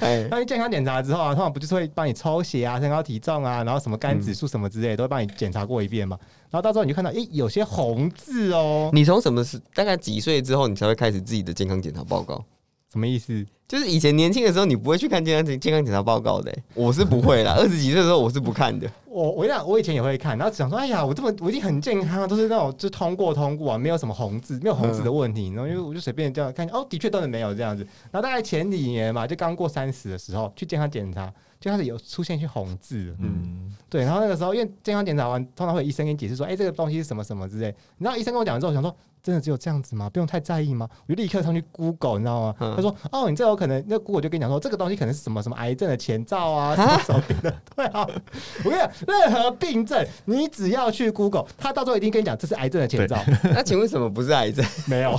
哎，关于健康检查之后啊，通常不就是会帮你抽血啊、身高体重啊，然后什么肝指数什么之类的，都会帮你检查过一遍嘛。然后到时候你就看到，诶，有些红字哦，你从什么时大概几岁之后，你才会开始自己的健康检查报告？什么意思？就是以前年轻的时候，你不会去看健康检健康检查报告的、 我是不会啦。二十几岁的时候，我是不看的。我我跟你讲，我以前也会看，然后想说，哎呀，我这么我已经很健康，啊都是那种就通过通过啊，没有什么红字，没有红字的问题，然后因为我就随便这样看，哦，的确真的没有这样子。然后大概前几年嘛，就刚过三十的时候去健康检查，就开始有出现一些红字了，嗯，对。然后那个时候因为健康检查完，通常会有医生跟你解释说，哎、这个东西是什么什么之类。你知道医生跟我讲之后，我想说。真的只有这样子吗？不用太在意吗？我就立刻上去 Google，你知道吗？嗯他说：“哦，你这有可能，那 Google 就跟你讲说，这个东西可能是什么什么癌症的前兆啊，什么什么病的。” 对啊，我跟你讲，任何病症，你只要去 Google，他到时候一定跟你讲这是癌症的前兆，那请问什么不是癌症？ 没有。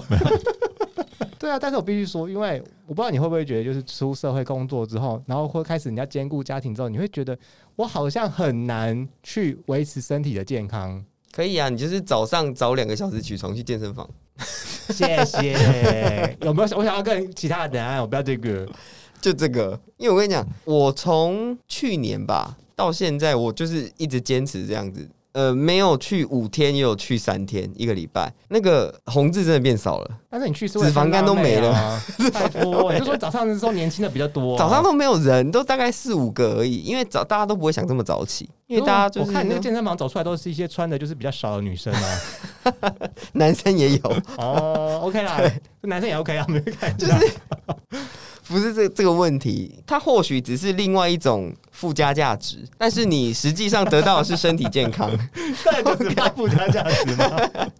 对啊，但是我必须说，因为我不知道你会不会觉得，就是出社会工作之后，然后会开始你要兼顾家庭之后，你会觉得我好像很难去维持身体的健康。可以啊，你就是早上早两个小时起床去健身房，谢谢。 有没有？我想要跟其他的答案，我不要这个。就这个。因为我跟你讲，我从去年吧到现在，我就是一直坚持这样子。呃，没有去五天，也有去三天，一个礼拜，那个红字真的变少了，但是你去是为了脂肪肝都没了看辣 妹啊，拜托， 你就说早上的时候年轻的比较多啊、早上都没有人，都大概四五个而已，因为早大家都不会想这么早起，因为大家就是哦我看你那个健身房走出来都是一些穿的就是比较少的女生 啊。男生也有， 哦，OK 啦，男生也 OK 啊，没有看就不是这这个问题，它或许只是另外一种附加价值，但是你实际上得到的是身体健康。 这就是它附加价值吗？ 嗯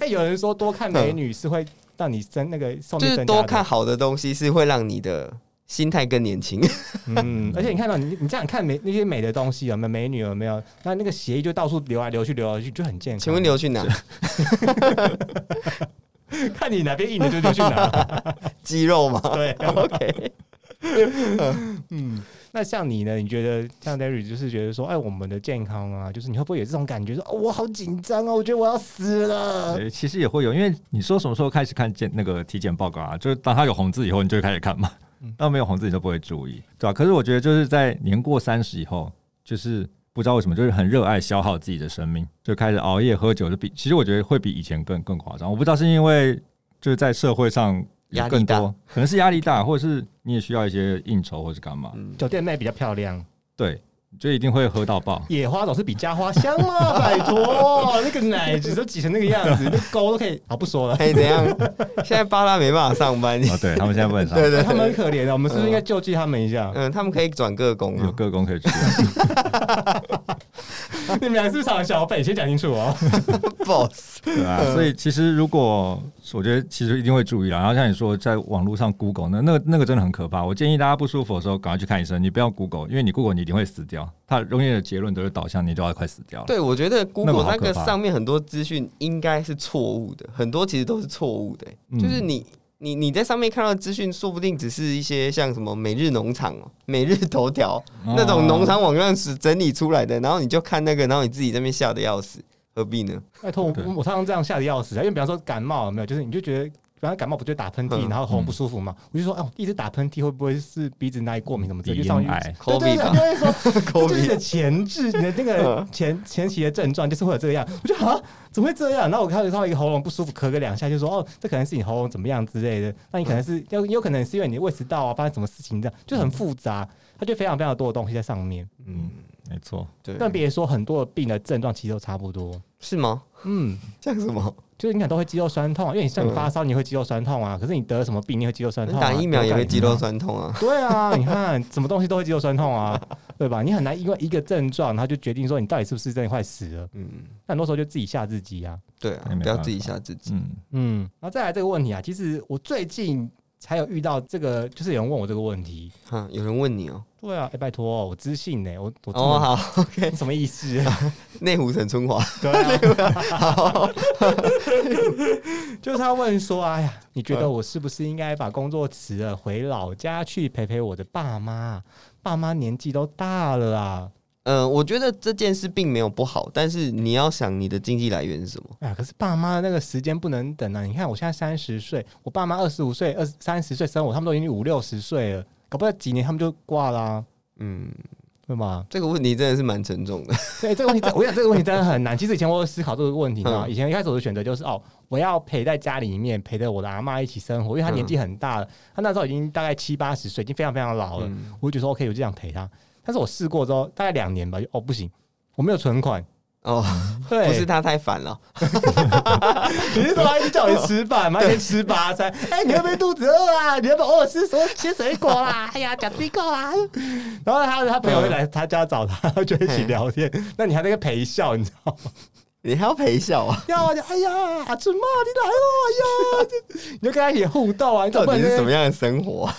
哎、有人说多看美女是会让你增那个寿就命是增加的多看，好的东西是会让你的心态更年 轻。嗯，而且你看到你你这样看美那些美的东西有没有美女有没有？那那个血液就到处流来流去流来流去，就很健康。请问流去哪？ 看你哪边硬的就流去 哪？肌肉吗 对， ？OK， 嗯。那像你呢？你觉得像 Larry 就是觉得说，哎，我们的健康啊，就是你会不会有这种感觉说，哦，我好紧张哦，我觉得我要死了。对呃其实也会有，因为你说什么时候开始看健那个体检报告啊？就是当它有红字以后，你就会开始看嘛嗯。当没有红字，你就不会注意，对吧、啊可是我觉得就是在年过三十以后，就是不知道为什么，就是很热爱消耗自己的生命，就开始熬夜喝酒，就比其实我觉得会比以前更更夸张。我不知道是因为就是在社会上有压力更大多，可能是压力大，或者是你也需要一些应酬或是干嘛，嗯酒店妹比较漂亮，对，就一定会喝到爆。野花总是比家花香 嘛，拜托，那个奶子都挤成那个样子，那沟都可以。好，不说 了。哎、怎样？现在巴拉没办法上 班，啊，对他们现在不能上班，对对哎他们很对，可怜的，我们是不是应该救济他们一下？嗯，他们可以转个工有啊。各工可以去啊。你们俩是不是常小费？先讲清 楚哦。 Boss，对啊，所以其实如果我觉得其实一定会注意啦。然后像你说，在网络上 Google 那那个那个真的很可怕。我建议大家不舒服的时候赶快去看医生，你不要 Google，因为你 Google 你一定会死掉。它永远的结论都是导向你都要快死掉了。 对我觉得那 Google 么好那可怕个上面很多资讯应该是错误的，很多其实都是错误的、嗯就是你。你你在上面看到的资讯，说不定只是一些像什么每日农场、哦、 每日头条、哦那种农场网站是整理出来的，然后你就看那个，然后你自己在那边笑的要死，何必呢？拜托，我对哎我常常这样吓得要死啊，因为比方说感冒有没有，就是你就觉得，比方说感冒不就打喷嚏，嗯然后喉咙不舒服嘛，我就说，哦，一直打喷嚏会不会是鼻子哪里过敏什么之类的？鼻就上咽去癌，对对 Covid 对，吧就会说这就是你 Covid 的嗯 前置，你的那个前前期的症状就是会有这样。 我就啊，怎么会这样？然后我看到一个喉咙不舒服，咳个两下，就说哦，这可能是你喉咙怎么样之类的。那你可能嗯是有有可能是因为你的胃食道啊发生什么事情这样，就很复杂，它就非常非常多的东西在上面。嗯，没错，对，但别说很多的病的症状其实都差 不多，是吗？嗯。像什么？就是你可能都会肌肉酸痛啊，因为你像你发烧，你会肌肉酸痛啊。可是你得了什么病，你会肌肉酸嗯你痛、啊。打疫苗也会肌肉酸。酸痛啊？对啊，你看什么东西都会肌肉酸痛啊， 对吧？你很难因为一个症状，然后就决定说你到底是不是真的快死了。嗯，那很多时候就自己吓自己啊。对啊那，没不要办自法己吓自己。嗯，嗯，然后再来这个问题啊，其实我最近才有遇到这个，就是有人问我这个问题。哈，有人问你哦、对啊，哎、拜托、我知性呢、我我真的、哦，好你，OK， 什么意思？ 内湖沈春华， 对啊，就是他问说，哎呀，你觉得嗯我是不是应该把工作辞了，回老家去陪陪我的爸妈？爸妈年纪都大了啊。呃，我觉得这件事并没有不好，但是你要想你的经济来源是什么？哎呀，可是爸妈的那个时间不能等啊！你看我现在三十岁，我爸妈二十五岁、二三十岁生我，他们都已经五六十岁了，搞不好几年他们就挂啦、嗯，对吧？这个问题真的是蛮沉重的。所以这个问题真，我 想这个问题真的很难。其实以前我有思考这个问题嘛，嗯以前一开始我的选择就是哦，我要陪在家里面，陪着我的阿妈一起生活，因为她嗯年纪很大了，她那时候已经大概七八十岁，已经非常非常老了。嗯我就觉得说 OK，我就这样陪她。但是我试过之后，大概两年吧，就哦不行，我没有存款，哦，对，不是他太烦了，你是说他一直叫你吃饭吗？一天吃八餐，哎、你会不会肚子饿啊？你要不要偶尔吃什么切水果 啦？哎呀，讲水果啊。然后他他朋友会来他家找他，就一起聊天。那你还在那个陪笑，你知道吗？你还要陪笑 啊？要啊，就哎呀，阿春妈你来了，哎呀，就你就跟他一起互动啊。你到总不底能是什在那么边样的生活啊？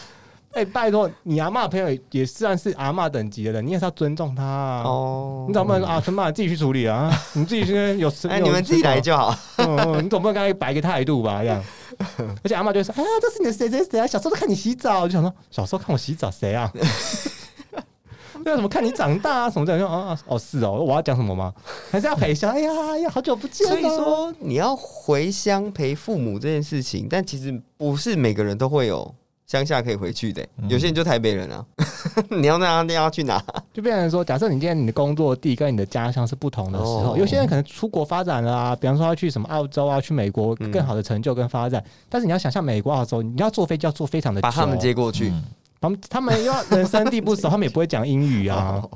哎、拜托，你阿妈朋友也算是阿妈等级的人，你也是要尊重他啊。哦，你总不能说啊，春妈你自己去处理啊，你自己去有吃，哎，有你们吃自己饱来就好。嗯，嗯，你总不能刚才摆一个态度吧？这样，而且阿妈就会说：“哎呀，这是你的谁谁谁啊？小时候都看你洗澡。”我就想说，小时候看我洗澡谁啊？对啊，怎么看你长大啊？什么这样？就啊啊哦是哦，我要讲什么吗？还是要陪笑？哎呀哎呀，好久不见所了。以说，你要回乡陪父母这件事情，但其实不是每个人都会有乡下可以回去的、嗯有些人就台北人啊， 你要那那要去哪？就变成说，假设你今天你的工作地跟你的家乡是不同的时候，哦有些人可能出国发展了啊，比方说要去什么澳洲啊，去美国嗯更好的成就跟发展。但是你要想象美国、澳洲，你要坐飞机要坐非常的久，把他们接过去。嗯他们他们又要人生地不熟，他们也不会讲英语啊，哦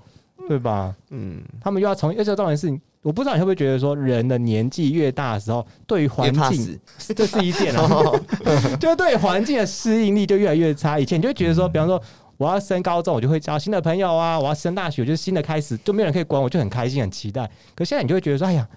对吧？嗯，他们又要从，而且重点是，我不知道你会不会觉得说，人的年纪越大的时候，对于越环怕境，死。 这是一 点啊，就是对环境的适应力就越来越差。以前你就会觉得说，比方说。我要升高中，我就会交新的朋友啊；我要升大学，我就是新的开始，就没有人可以管我，就很开心、很期待。可现在你就会觉得说，哎呀，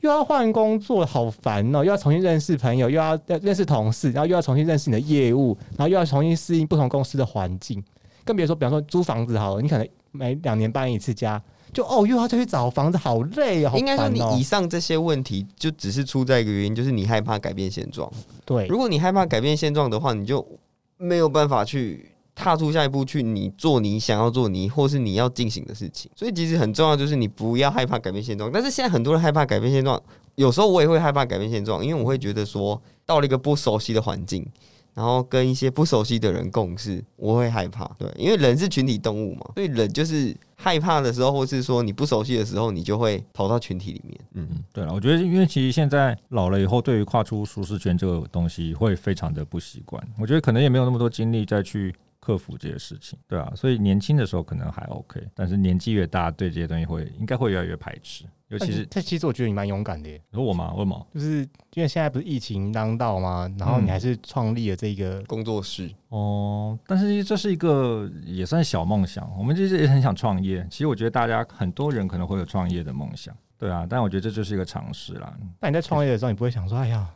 又要换工作，好烦哦！又要重新认识朋友，又要认识同事，然后又要重新认识你的业务，然后又要重新适应不同公司的环境。更别说，比方说租房子好了，你可能每两年搬一次家，就哦又要再去找房子，好累哦。好应该说，烦你哦以上这些问题就只是出在一个原因，就是你害怕改变现状。对如果你害怕改变现状的话，你就没有办法去踏出下一步，去你做你想要做你或是你要进行的事情。所以其实很重要，就是你不要害怕改变现状。但是现在很多人害怕改变现状，有时候我也会害怕改变现状，因为我会觉得说，到了一个不熟悉的环境。然后跟一些不熟悉的人共事，我会害怕，对，因为人是群体动物嘛，所以人就是害怕的时候，或是说你不熟悉的时候，你就会跑到群体里面。嗯，对了，我觉得因为其实现在老了以后，对于跨出舒适圈这个东西会非常的不习惯。我觉得可能也没有那么多精力再去克服这些事情，对啊。所以年轻的时候可能还 OK，但是年纪越大，对这些东西会应该会越来越排斥。尤但其是这其实我觉得你蛮勇敢的耶，你说我吗？问吗？就是因为现在不是疫情当道嘛，然后你嗯还是创立了这个，工作室，哦，但是这是一个也算小梦想，我们就是也很想创业。其实我觉得大家很多人可能会有创业的梦想，对啊，但我觉得这就是一个尝试啦。那你在创业的时候，你不会想说，哎呀，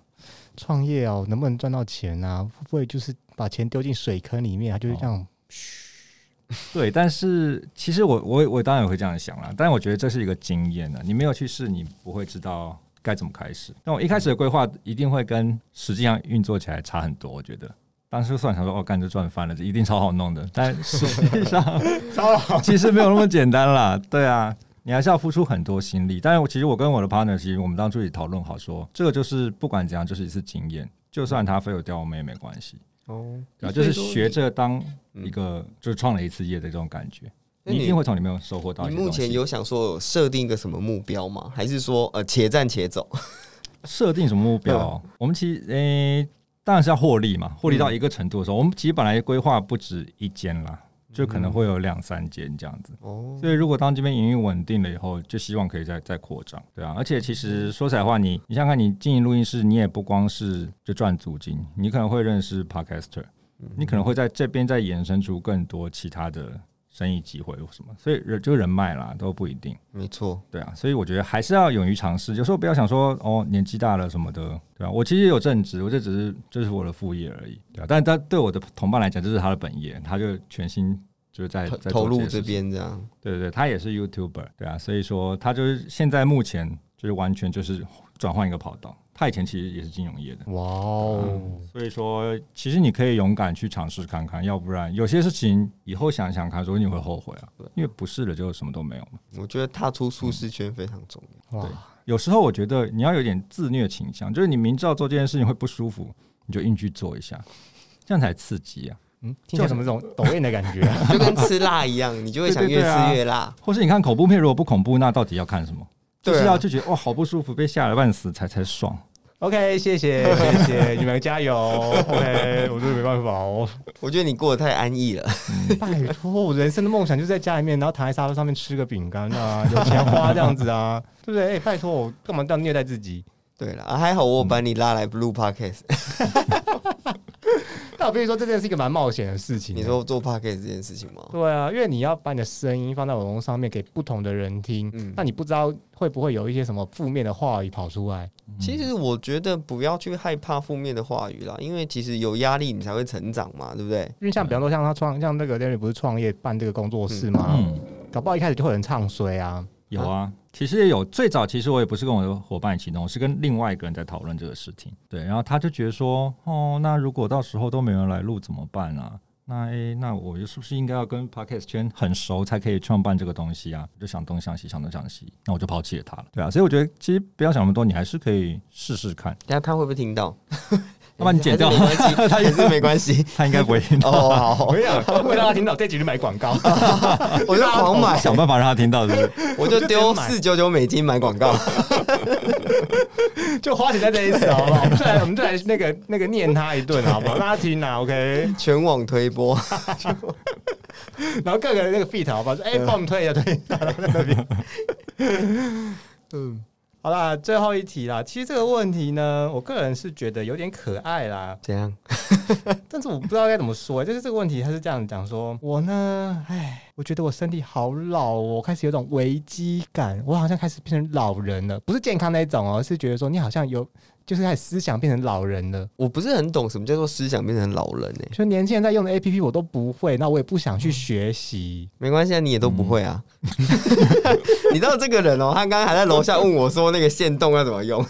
创业哦，能不能赚到钱啊？会不会就是把钱丢进水坑里面啊？就是这样，对，但是其实我我我当然也会这样想啦，但我觉得这是一个经验啊呢，你没有去试，你不会知道该怎么开始。但我一开始的规划一定会跟实际上运作起来差很多，我觉得。当时算想说，哦，干这赚翻了，这一定超好弄的。但实际上糟了，其实没有那么简单啦，对啊，你还是要付出很多心力。但是我其实我跟我的 partner，其实我们当初也讨论好说，这个就是不管怎样，就是一次经验，就算它飞有掉，我们也没关系，哦，对、啊，就是学着当嗯一个就是创了一次业的这种感觉。那你一定会从里面收获到一你些东目西。前有想说有设定一个什么目标吗？还是说呃且战且走？设定什么目标嗯哦？我们其实诶、当然是要获利嘛，获利到一个程度的时嗯候，我们其实本来规划不止一间啦，就可能会有两三间这样子。哦，所以，如果当这边营运稳定了以后，就希望可以再再扩张，对啊。而且，其嗯实说实在话，你你想想看，你经营录音室，你也不光是就赚租金，你可能会认识 podcaster，你嗯可能会在这边再衍生出更多其他的生意机会或什么。所以人就人脉啦，都不一定。没错，对啊，所以我觉得还是要勇于尝试，有时候不要想说哦年纪大了什么的，对啊，我其实有正职，我这只是这是我的副业而已，对啊。但但对我的同伴来讲，这是他的本业，他就全心就是在投在投做入些这事情，边这样。对对对，他也是 YouTuber，对啊，所以说他就是现在目前就是完全就是转换一个跑道，他以前其实也是金融业的，哇哦，所以说其实你可以勇敢去尝试看看，要不然有些事情以后想想看，说你会后悔啊，因为不试了就什么都没有嘛。我觉得踏出舒适圈非常重要。哇对，有时候我觉得你要有点自虐倾向，就是你明知道做这件事情会不舒服，你就硬去做一下，这样才刺激啊。嗯，听起来什么这种抖音的感觉啊、就跟吃辣一样，你就 会想嗯对对越对啊吃越辣。或是你看恐怖片，如果不恐怖，那到底要看什么？就是对啊要就觉得哇，好不舒服，被吓得半死才才爽。 OK，谢谢谢谢，你们加油。OK，我真的没办法哦，我觉得你过得太安逸了。拜托，我人生的梦想就在家里面，然后躺在沙发上面吃个饼干 啊，有钱花这样子啊，对不对？哎、拜托，我干嘛这样虐待自己？对了，啊还好我有把你拉来嗯录 podcast。哎但我必须说，这件是一个蛮冒险的事情。你哎说做 podcast 这件事情吗？对啊，因为你要把你的声音放在网络上面给不同的人听，嗯那你不知道会不会有一些什么负面的话语跑出来。嗯其实我觉得不要去害怕负面的话语啦，因为其实有压力你才会成长嘛，对不对？因为像比方说像他创像那个 Larry 不是创业办这个工作室嘛，嗯，搞不好一开始就会有人唱衰啊。有啊，其实也有。最早其实我也不是跟我的伙伴一起弄，我是跟另外一个人在讨论这个事情。对，然后他就觉得说，哦，那如果到时候都没人来录怎么办啊？那诶，那我是不是应该要跟 podcast 圈很熟才可以创办这个东西啊？我就想东想西，想东想西，那我就抛弃了他了。对啊，所以我觉得其实不要想那么多，你还是可以试试看。等下他会不会听到？要把你剪掉还是没 关系，他也是没关系。他应该不会听 到，哦，好我，跟你讲，为了让他听到这几就买 广告， 我就狂买，想办法让他听到，是不是？我就我就丢直接买四九九美金买 广告。就花钱在这一次，好不 好？我们就来，我们就来啊那个那个念他一顿，好不好？让他听啊，OK。 全网推播，然后各个那个 fit 好不好？说哎，帮我们推一下，推一下，然后在那边。嗯，好啦，最后一题啦。其实这个问题呢，我个人是觉得有点可爱啦，怎样？但是我不知道该怎么说、就是这个问题，他是这样讲说：我呢，哎，我觉得我身体好老哦，我开始有种危机感，我好像开始变成老人了，不是健康那一种哦，是觉得说你好像有，就是开始思想变成老人了。我不是很懂什么叫做思想变成老人欸呢、就年轻人在用的 A P P 我都不会，那我也不想去学习。没关系，啊，你也都不会啊。嗯 你知道这个人哦，他刚刚还在楼下问我说那个线动要怎么用，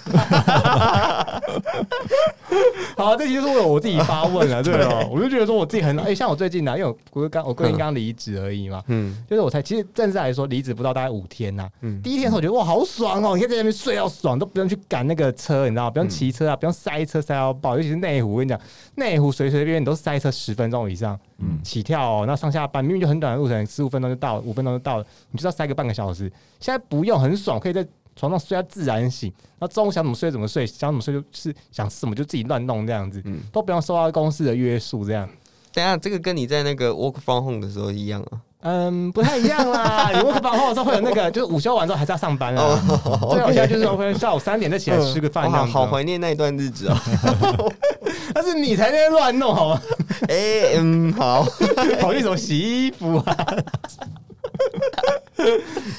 好，这题就是为我自己发问了，对哦，我就觉得说我自己很老，哎、像我最近呢、因为我我刚我最近刚离职而已嘛，嗯就是我才其实正式来说离职不到大概五天呐、嗯，第一天的时候，我觉得哇，好爽哦！你可以在那边睡到爽，都不用去赶那个车，你知道吗？不嗯用骑车啊，不用塞车塞到爆。尤其是内湖，我跟你讲，内湖随随便便你都塞车十分钟以上，嗯起跳哦。那上下班明明就很短的路程，十五分钟就到了，五分钟就到了，你就要塞个半个小时。现在不用，很爽，可以在床上睡到自然醒。然后中午想怎么睡怎么睡，想怎么睡就是想吃什么就自己乱弄这样子，嗯都不用受到公司的约束这样。等一下这个跟你在那个 work from home 的时候一样啊。嗯，不太一 样啦。你 work from home 的时候会有那个，就是午休完之后还是要上班啦。对啊，我现在就是 OK，下午三点再起来吃个饭我这好样子哦好怀念那一段日子哦。 但是你才在那边乱弄好吗？哎、嗯，好，跑去什么洗衣 服啊？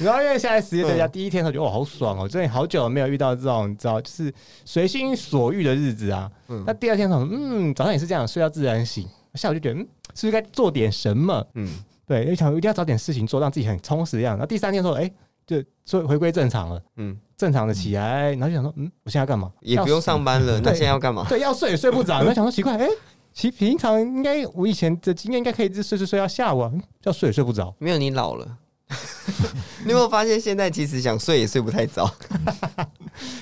然后因为现在实习在家第一天的时候，觉得哇好爽哦，真的好久没有遇到这种你知道就是随心所欲的日子啊。那第二天想说，嗯，早上也是这样，睡到自然醒，下午就觉得嗯，是不是该做点什么？嗯，对，就想一定要找点事情做，让自己很充实的样子。然后第三天说，哎、就就回归正常了，嗯，正常的起来，然后就想说，嗯，我现在要干嘛？也不用上班了，那现在要干嘛？对，要睡也睡不着，然后想说奇怪，哎、其平常应该我以前的经验应该可以一直睡睡睡到下午啊，嗯要睡也睡不着。没有你老 了。你有没有发现，现在其实想睡也睡不太着？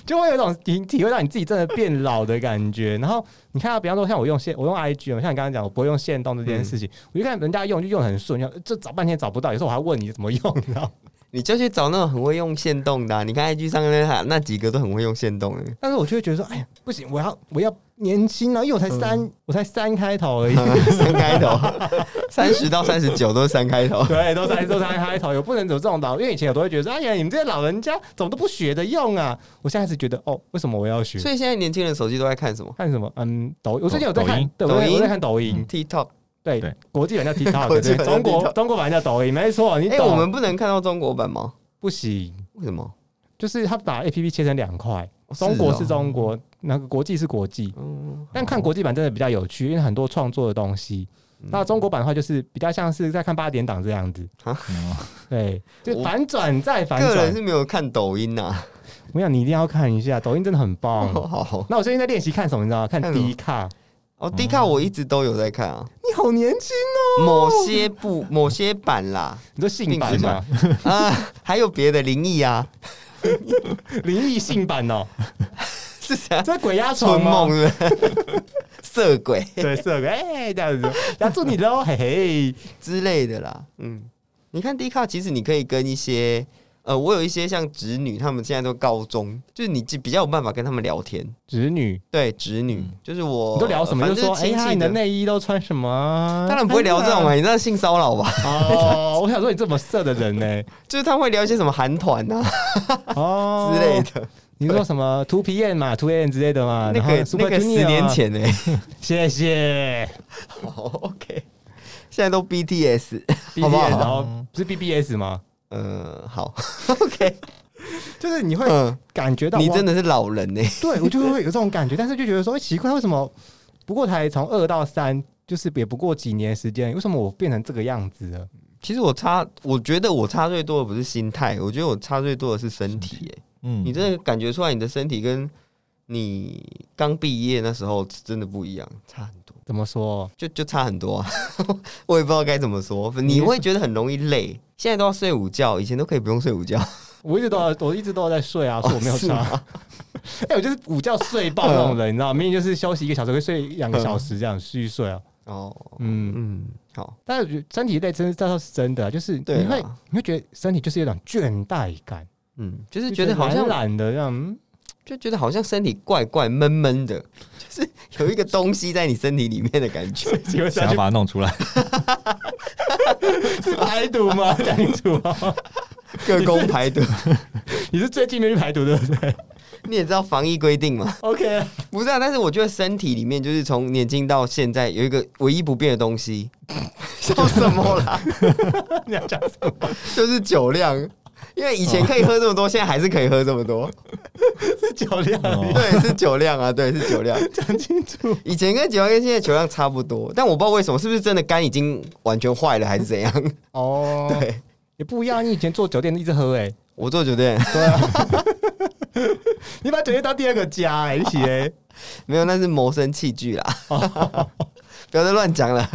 就会有一种体体会到你自己真的变老的感觉。然后你看到，啊比方说像我用线，我用 IG，嘛像你刚刚讲，我不会用线动这件事情，嗯我就看人家用就用得很顺，就这找半天找不到，有时候我还问你怎么用，你知 道吗？你就去找那种很会用线动的啊、你看 IG 上那那几个都很会用线动 的。但是我就会觉得说，哎呀，不行，我要我要年轻啊，因为我才三、嗯我才三开头而已。三开头，三十到三十九都是三开头。对，都三都三开头，有不能走这种老，因为以前我都会觉得说，哎呀，你们这些老人家怎么都不学着用啊？我现在是觉得，哦，为什么我要学？所以现在年轻人手机都在看什么看什么？嗯，抖，我最近有在抖看音，对，我在抖音我在看抖音， ？TikTok。对对，国际版叫 TikTok，国际对，版叫中国 TikTok 中国版叫抖音，没错，你哎、懂。我们不能看到中国版吗？不行，为什么？就是他把 A P P 切成两块，哦是哦中国是中国，那个国际是国际。嗯，但看国际版真的比较有趣，因为很多创作的东西，嗯那中国版的话，就是比较像是在看八点档这样子，嗯对，就我反转再反个人转。是没有看抖音呐、我想你一定要看一下，抖音真的很棒。哦 好，那我最近在练习看什么，你知道吗？看看什么迪卡。嗯哦，迪卡我一直都有在看啊，你好年轻哦！某些部某些版 啦，你说性版并不吗？啊，还有别的灵异啊，灵异性版 哦，是啥？这鬼压春床吗梦是不是 色鬼对，是有个哎这样子，压住你 喽，嘿嘿。之类的啦。嗯，你看 D 卡，其实你可以跟一些呃，我有一些像侄女，他们现在都高中，就是你比较有办法跟他们聊天。侄女，对，侄女、就是我，嗯你都聊什么？呃就反正说是哎亲呀，戚你的的。内衣都穿什么？当然不会聊这种嘛，啊你知道性骚扰吧？ 哦，我想说你这么色的人呢，就是他会聊一些什么韩团啊哦之类。的，你说什么 Two PM 嘛，Two AM 之类的嘛？那啊然后个那 Super 个 Junior 十年啊，前呢、 谢谢好，OK，现在都 BTS，好不 BBS，然好？后不是 BBS 吗？嗯，好 ，OK，就是你会嗯，感觉到你哇真的是老人呢、对 我就会有这种感觉，但是就觉得说，哎、奇怪，为什么不过才从二到三，就是也不过几年时间，为什么我变成这个样子了？其实我差，我觉得我差最多的不是心态，我觉得我差最多的是身体、欸。嗯你真的感觉出来，你的身体跟你刚毕业那时候真的不一样，差很多，怎么说？就就差很多啊！ 我也不知道该怎么说，你会觉得很容易累。现在都要睡午觉，以前都可以不用睡午觉。我一直都要我一直都有在睡啊，所以我没有哦是差。 哎、我就是午觉睡爆那种人，你知道，明明就是休息一个小时，会睡两个小时这样，继续睡啊。哦，嗯，嗯，好，但是我觉得身体累真是这倒是真的啊，就是对你会啦，你会觉得身体就是有种倦怠感，嗯，就是就觉得好像懒懒的这样。嗯就觉得好像身体怪怪闷闷的， 就是有一个东西在你身体里面的感觉。请问是想要要去把它弄出来，是排毒吗？ 讲清楚啊！ 各宫排毒，你是最近没去排毒对不对你也知道防疫规定嘛。 ？OK，不是啊，但是我觉得身体里面就是从年轻到现在有一个唯一不变的东西，笑什么啦？你要讲什么？ 就是酒量，因为以前可以喝这么多，现在还是可以喝这么多。是酒量，哦对，是酒量啊，对，是酒量。讲清楚。以前跟酒量跟现在酒量差不多，但我不知道为什么，是不是真的肝已经完全坏了，还是怎样？哦，对也不一样。你以前做酒店一直喝、欸，我做酒店哎，对啊，你把酒店当第二个家、欸，哎，一起哎、 没有，那是谋生器具啦。不要再乱讲了，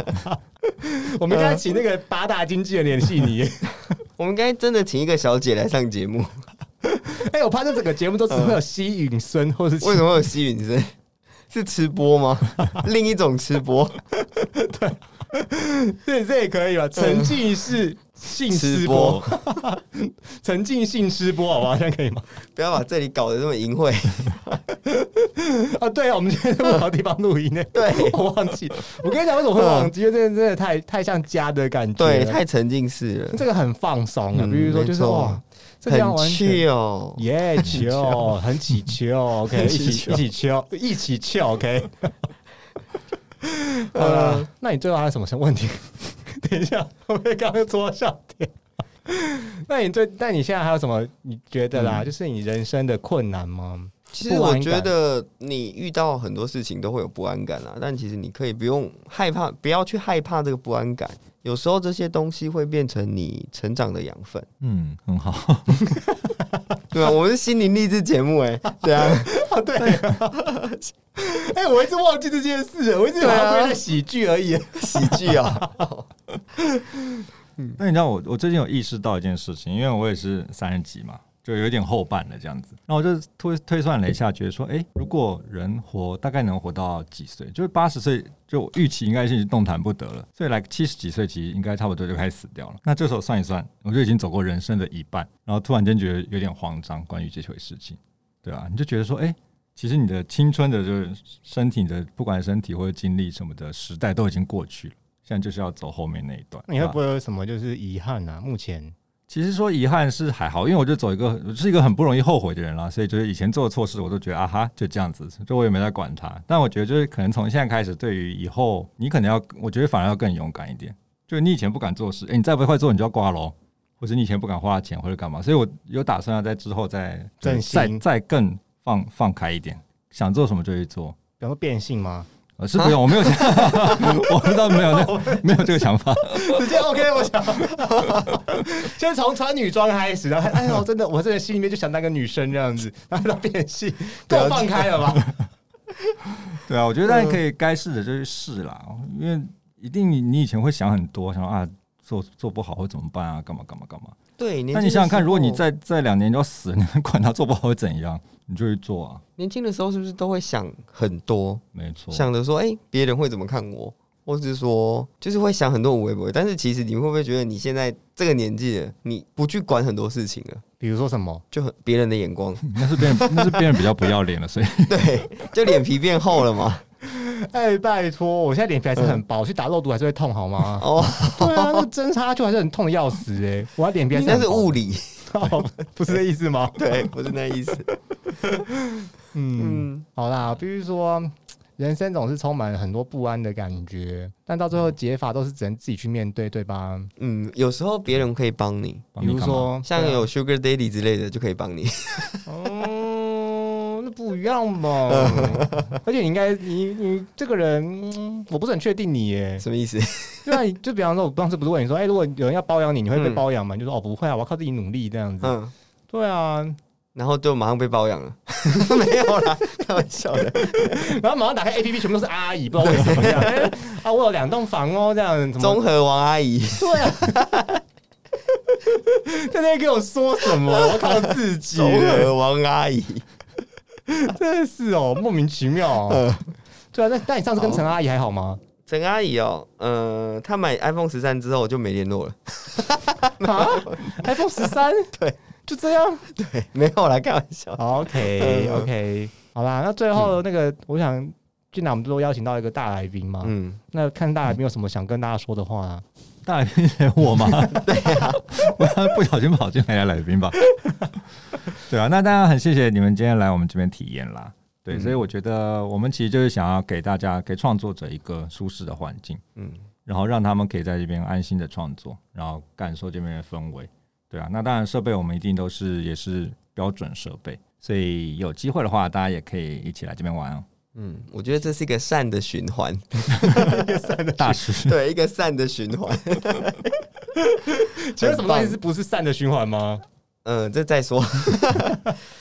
我们应该请那个八大经纪人联系 你、欸。我们应该真的请一个小姐来上节目。哎、我怕这整个节目都只会有吸允孙或是 为什么会有吸吮声？是 吃播吗？另一种吃播。这这也可以吧？沉浸式性嗯吃播，沉浸性吃播，好不好？这样可以吗？不要把这里搞得这么淫秽。啊，对啊，我们今天在不好地方录 音呢、欸对我忘记。我跟你讲，为什么会忘记？因为真的真的太太像家的感觉，对，太沉浸式了，这个很放松啊，嗯比如说就是没错哇，这个要很完气全。 哦。耶，球很起球，OK，很 一起起球一起球，一起球，OK。好了，那你最后还有什么问题？ 等一下，我被刚刚戳到笑点。那你最，那你现在还有什么？你觉得啦，就是你人生的困难吗？其实我觉得你遇到很多事情都会有不安感啊，但其实你可以不用害怕，不要去害怕这个不安感。有时候这些东西会变成你成长的养分，嗯，很好。对啊，我们是心灵励志节目、哎，对啊，啊， 对。哎，我一直忘记这件事，我一直以为它归在喜剧而已。 喜剧啊，嗯那你知道我我最近有意识到一件事情，因为我也是三十几嘛，就有一点后半了这样子。然后我就推推算了一下，觉得说，诶，如果人活大概能活到几岁，就是八十岁，就我预期应该是动弹不得了。所以来七十几岁，其实应该差不多就开始死掉了。那这时候算一算，我就已经走过人生的一半，然后突然间觉得有点慌张，关于这回事情，对啊，你就觉得说，诶，其实你的青春的就是身体的，不管身体或者经历什么的时代都已经过去了，现在就是要走后面那一段。你会对啊不会有什么就是遗憾啊？目前其实说遗憾是还好，因为我就走一个，我是一个很不容易后悔的人啦，所以就是以前做的错事，我都觉得啊哈，就这样子，就我也没在管它。但我觉得就是可能从现在开始，对于以后你可能要，我觉得反而要更勇敢一点。就是你以前不敢做事，诶，你再不快做，你就要挂喽，或者你以前不敢花钱或者干嘛。所以我有打算要在之后再振再兴再更放放开一点，想做什么就去做。比方说变性吗？呃是不用，我没有想， 我知道没有那没有这个想法。直接 OK，我想，先从穿女装开始，然后哎 呦，真的，我真的心里面就想当个女生这样子，然后到变性，够放开了吧？ 对啊，我觉得大家可嗯以该试的就去试啦，因为一定你你以前会想很多，想说啊做做不好会怎么办啊，干嘛干嘛干嘛。对，那你想想看，如果你在再再两年就要死，你 管他做不好会怎样，你就去做啊，年轻的时候，是不是都会想很多，没错。想着说，哎、别人会怎么看我，或是说，就是会想很多无微不微。但是其实你会不会觉得，你现在这个年纪了，你不去管很多事情了， 比如说什么？就很别人的眼 光，那是 别人，那是别人比较不要脸了，所以对，就脸皮变厚了 嘛。哎，拜托，我现在脸皮还是很薄，我去打肉毒还是会痛，好吗？哦，对啊，那针插就还是很痛的要死哎、我脸皮还是那很是薄物理，哦不是这意思吗？对，不是那意思。嗯， 嗯，好啦，必须说，人生总是充满了很多不安的感觉，但到最后解法都是只能自己去面对，对吧？嗯，有时候别人可以帮你，帮比你如干嘛说，像有 Sugar Daddy 之类的就可以帮你。 哦，那不一样 嘛。而且你应该，你你这个人，嗯我不是很确定你耶。什么 意思？对啊，你就比方说，我当时不是问你说，哎、如果有人要包养你，你会被嗯包养吗？你就说哦，不会啊，我要靠自己努力这样子。嗯， 对啊，然后就马上被包养了， 没有啦，开玩笑 的。然后马上打开 APP，全部都是阿姨，不知道为什么这样。 哎啊，我有两栋房哦，这样怎么综合王阿姨，对啊，在那边给我说什么？我靠自 己综合王阿姨，啊真的是哦，莫名其妙、哦。对啊，那但你上次跟陈阿姨还好吗？陈阿姨哦，嗯、她买 iPhone 十三之后我就没联络 了， 啊，iPhone 十 三，对，就这样。嗯没有啦，开玩笑。 OK OK，好啦，那最后那个，我想，既然我们都邀请到一个大来宾嘛，嗯，那看大来宾有什么想跟大家说的话呢？大来宾选我吗？对呀、我刚才不小心跑进来的来宾吧。对啊，那当然很谢谢你们今天来我们这边体验啦。对，嗯所以我觉得我们其实就是想要给大家、给创作者一个舒适的环境，嗯，然后让他们可以在这边安心的创作，然后感受这边的氛围。对啊，那当然设备我们一定都是也是标准设备，所以有机会的话，大家也可以一起来这边玩哦。嗯，我觉得这是一个善的循 环，大师，对，一个善的循环。 觉得什么东西是不是善的循环吗？嗯，这再说。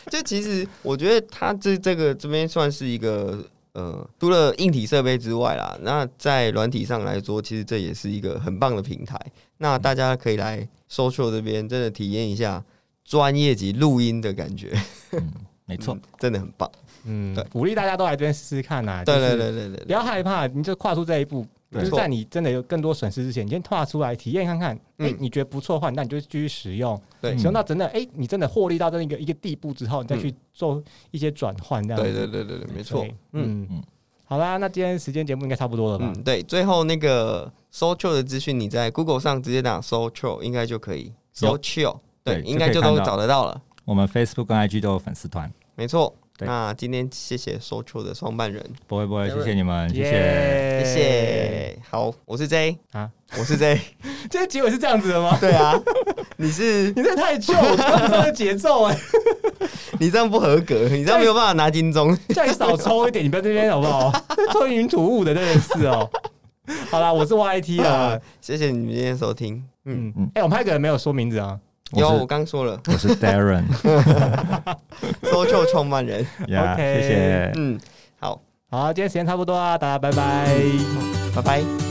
就其实我觉得它这这个这边算是一个呃，除了硬体设备之外啦，那在软体上来说，其实这也是一个很棒的平台。那大家可以来 social 这边，真的体验一下专业级录音的感觉， 嗯，没错嗯，真的很棒。嗯对，鼓励大家都来这边试试看呐。对就是对对对对不对，要害怕，你就跨出这一步，对就是在你真的有更多损失之前，你先跨出来体验看看。哎、嗯你觉得不错的话，那你就继续使用，对使用到真的哎、你真的获利到这一个一个地步之后，你再去做一些转换，这样子。对对对对对，没错对。嗯嗯嗯好啦，那今天时间节目应该差不多了吧？嗯，对，最后那个 social 的资讯，你在 Google 上直接打 social 应该就可以有，social 对，对应该就可就以都看到找得到了。我们 Facebook 跟 IG 都有粉丝团。没错。对那今天谢谢 social 的创办人，不会不会，没谢问谢你们，谢谢。耶嗯谢谢。好，我是 J 哎啊！我是 J。今天结尾是这样子的吗？对啊，你是你这太旧，我跟不上节奏 哎、你这样不合格，你这样没有办法拿金钟。叫你少抽一点，你不要这边好不好？吞云吐雾的，真的是哦。好啦，我是 YT 啊。 谢谢你们今天的收听。嗯，嗯，哎、我们还有一个人没有说名字啊。有我我是刚说了我是 Darren， ，social 创办人。呀 OK 谢谢。嗯，好，好，今天时间差不多啊，大家拜拜。拜拜。拜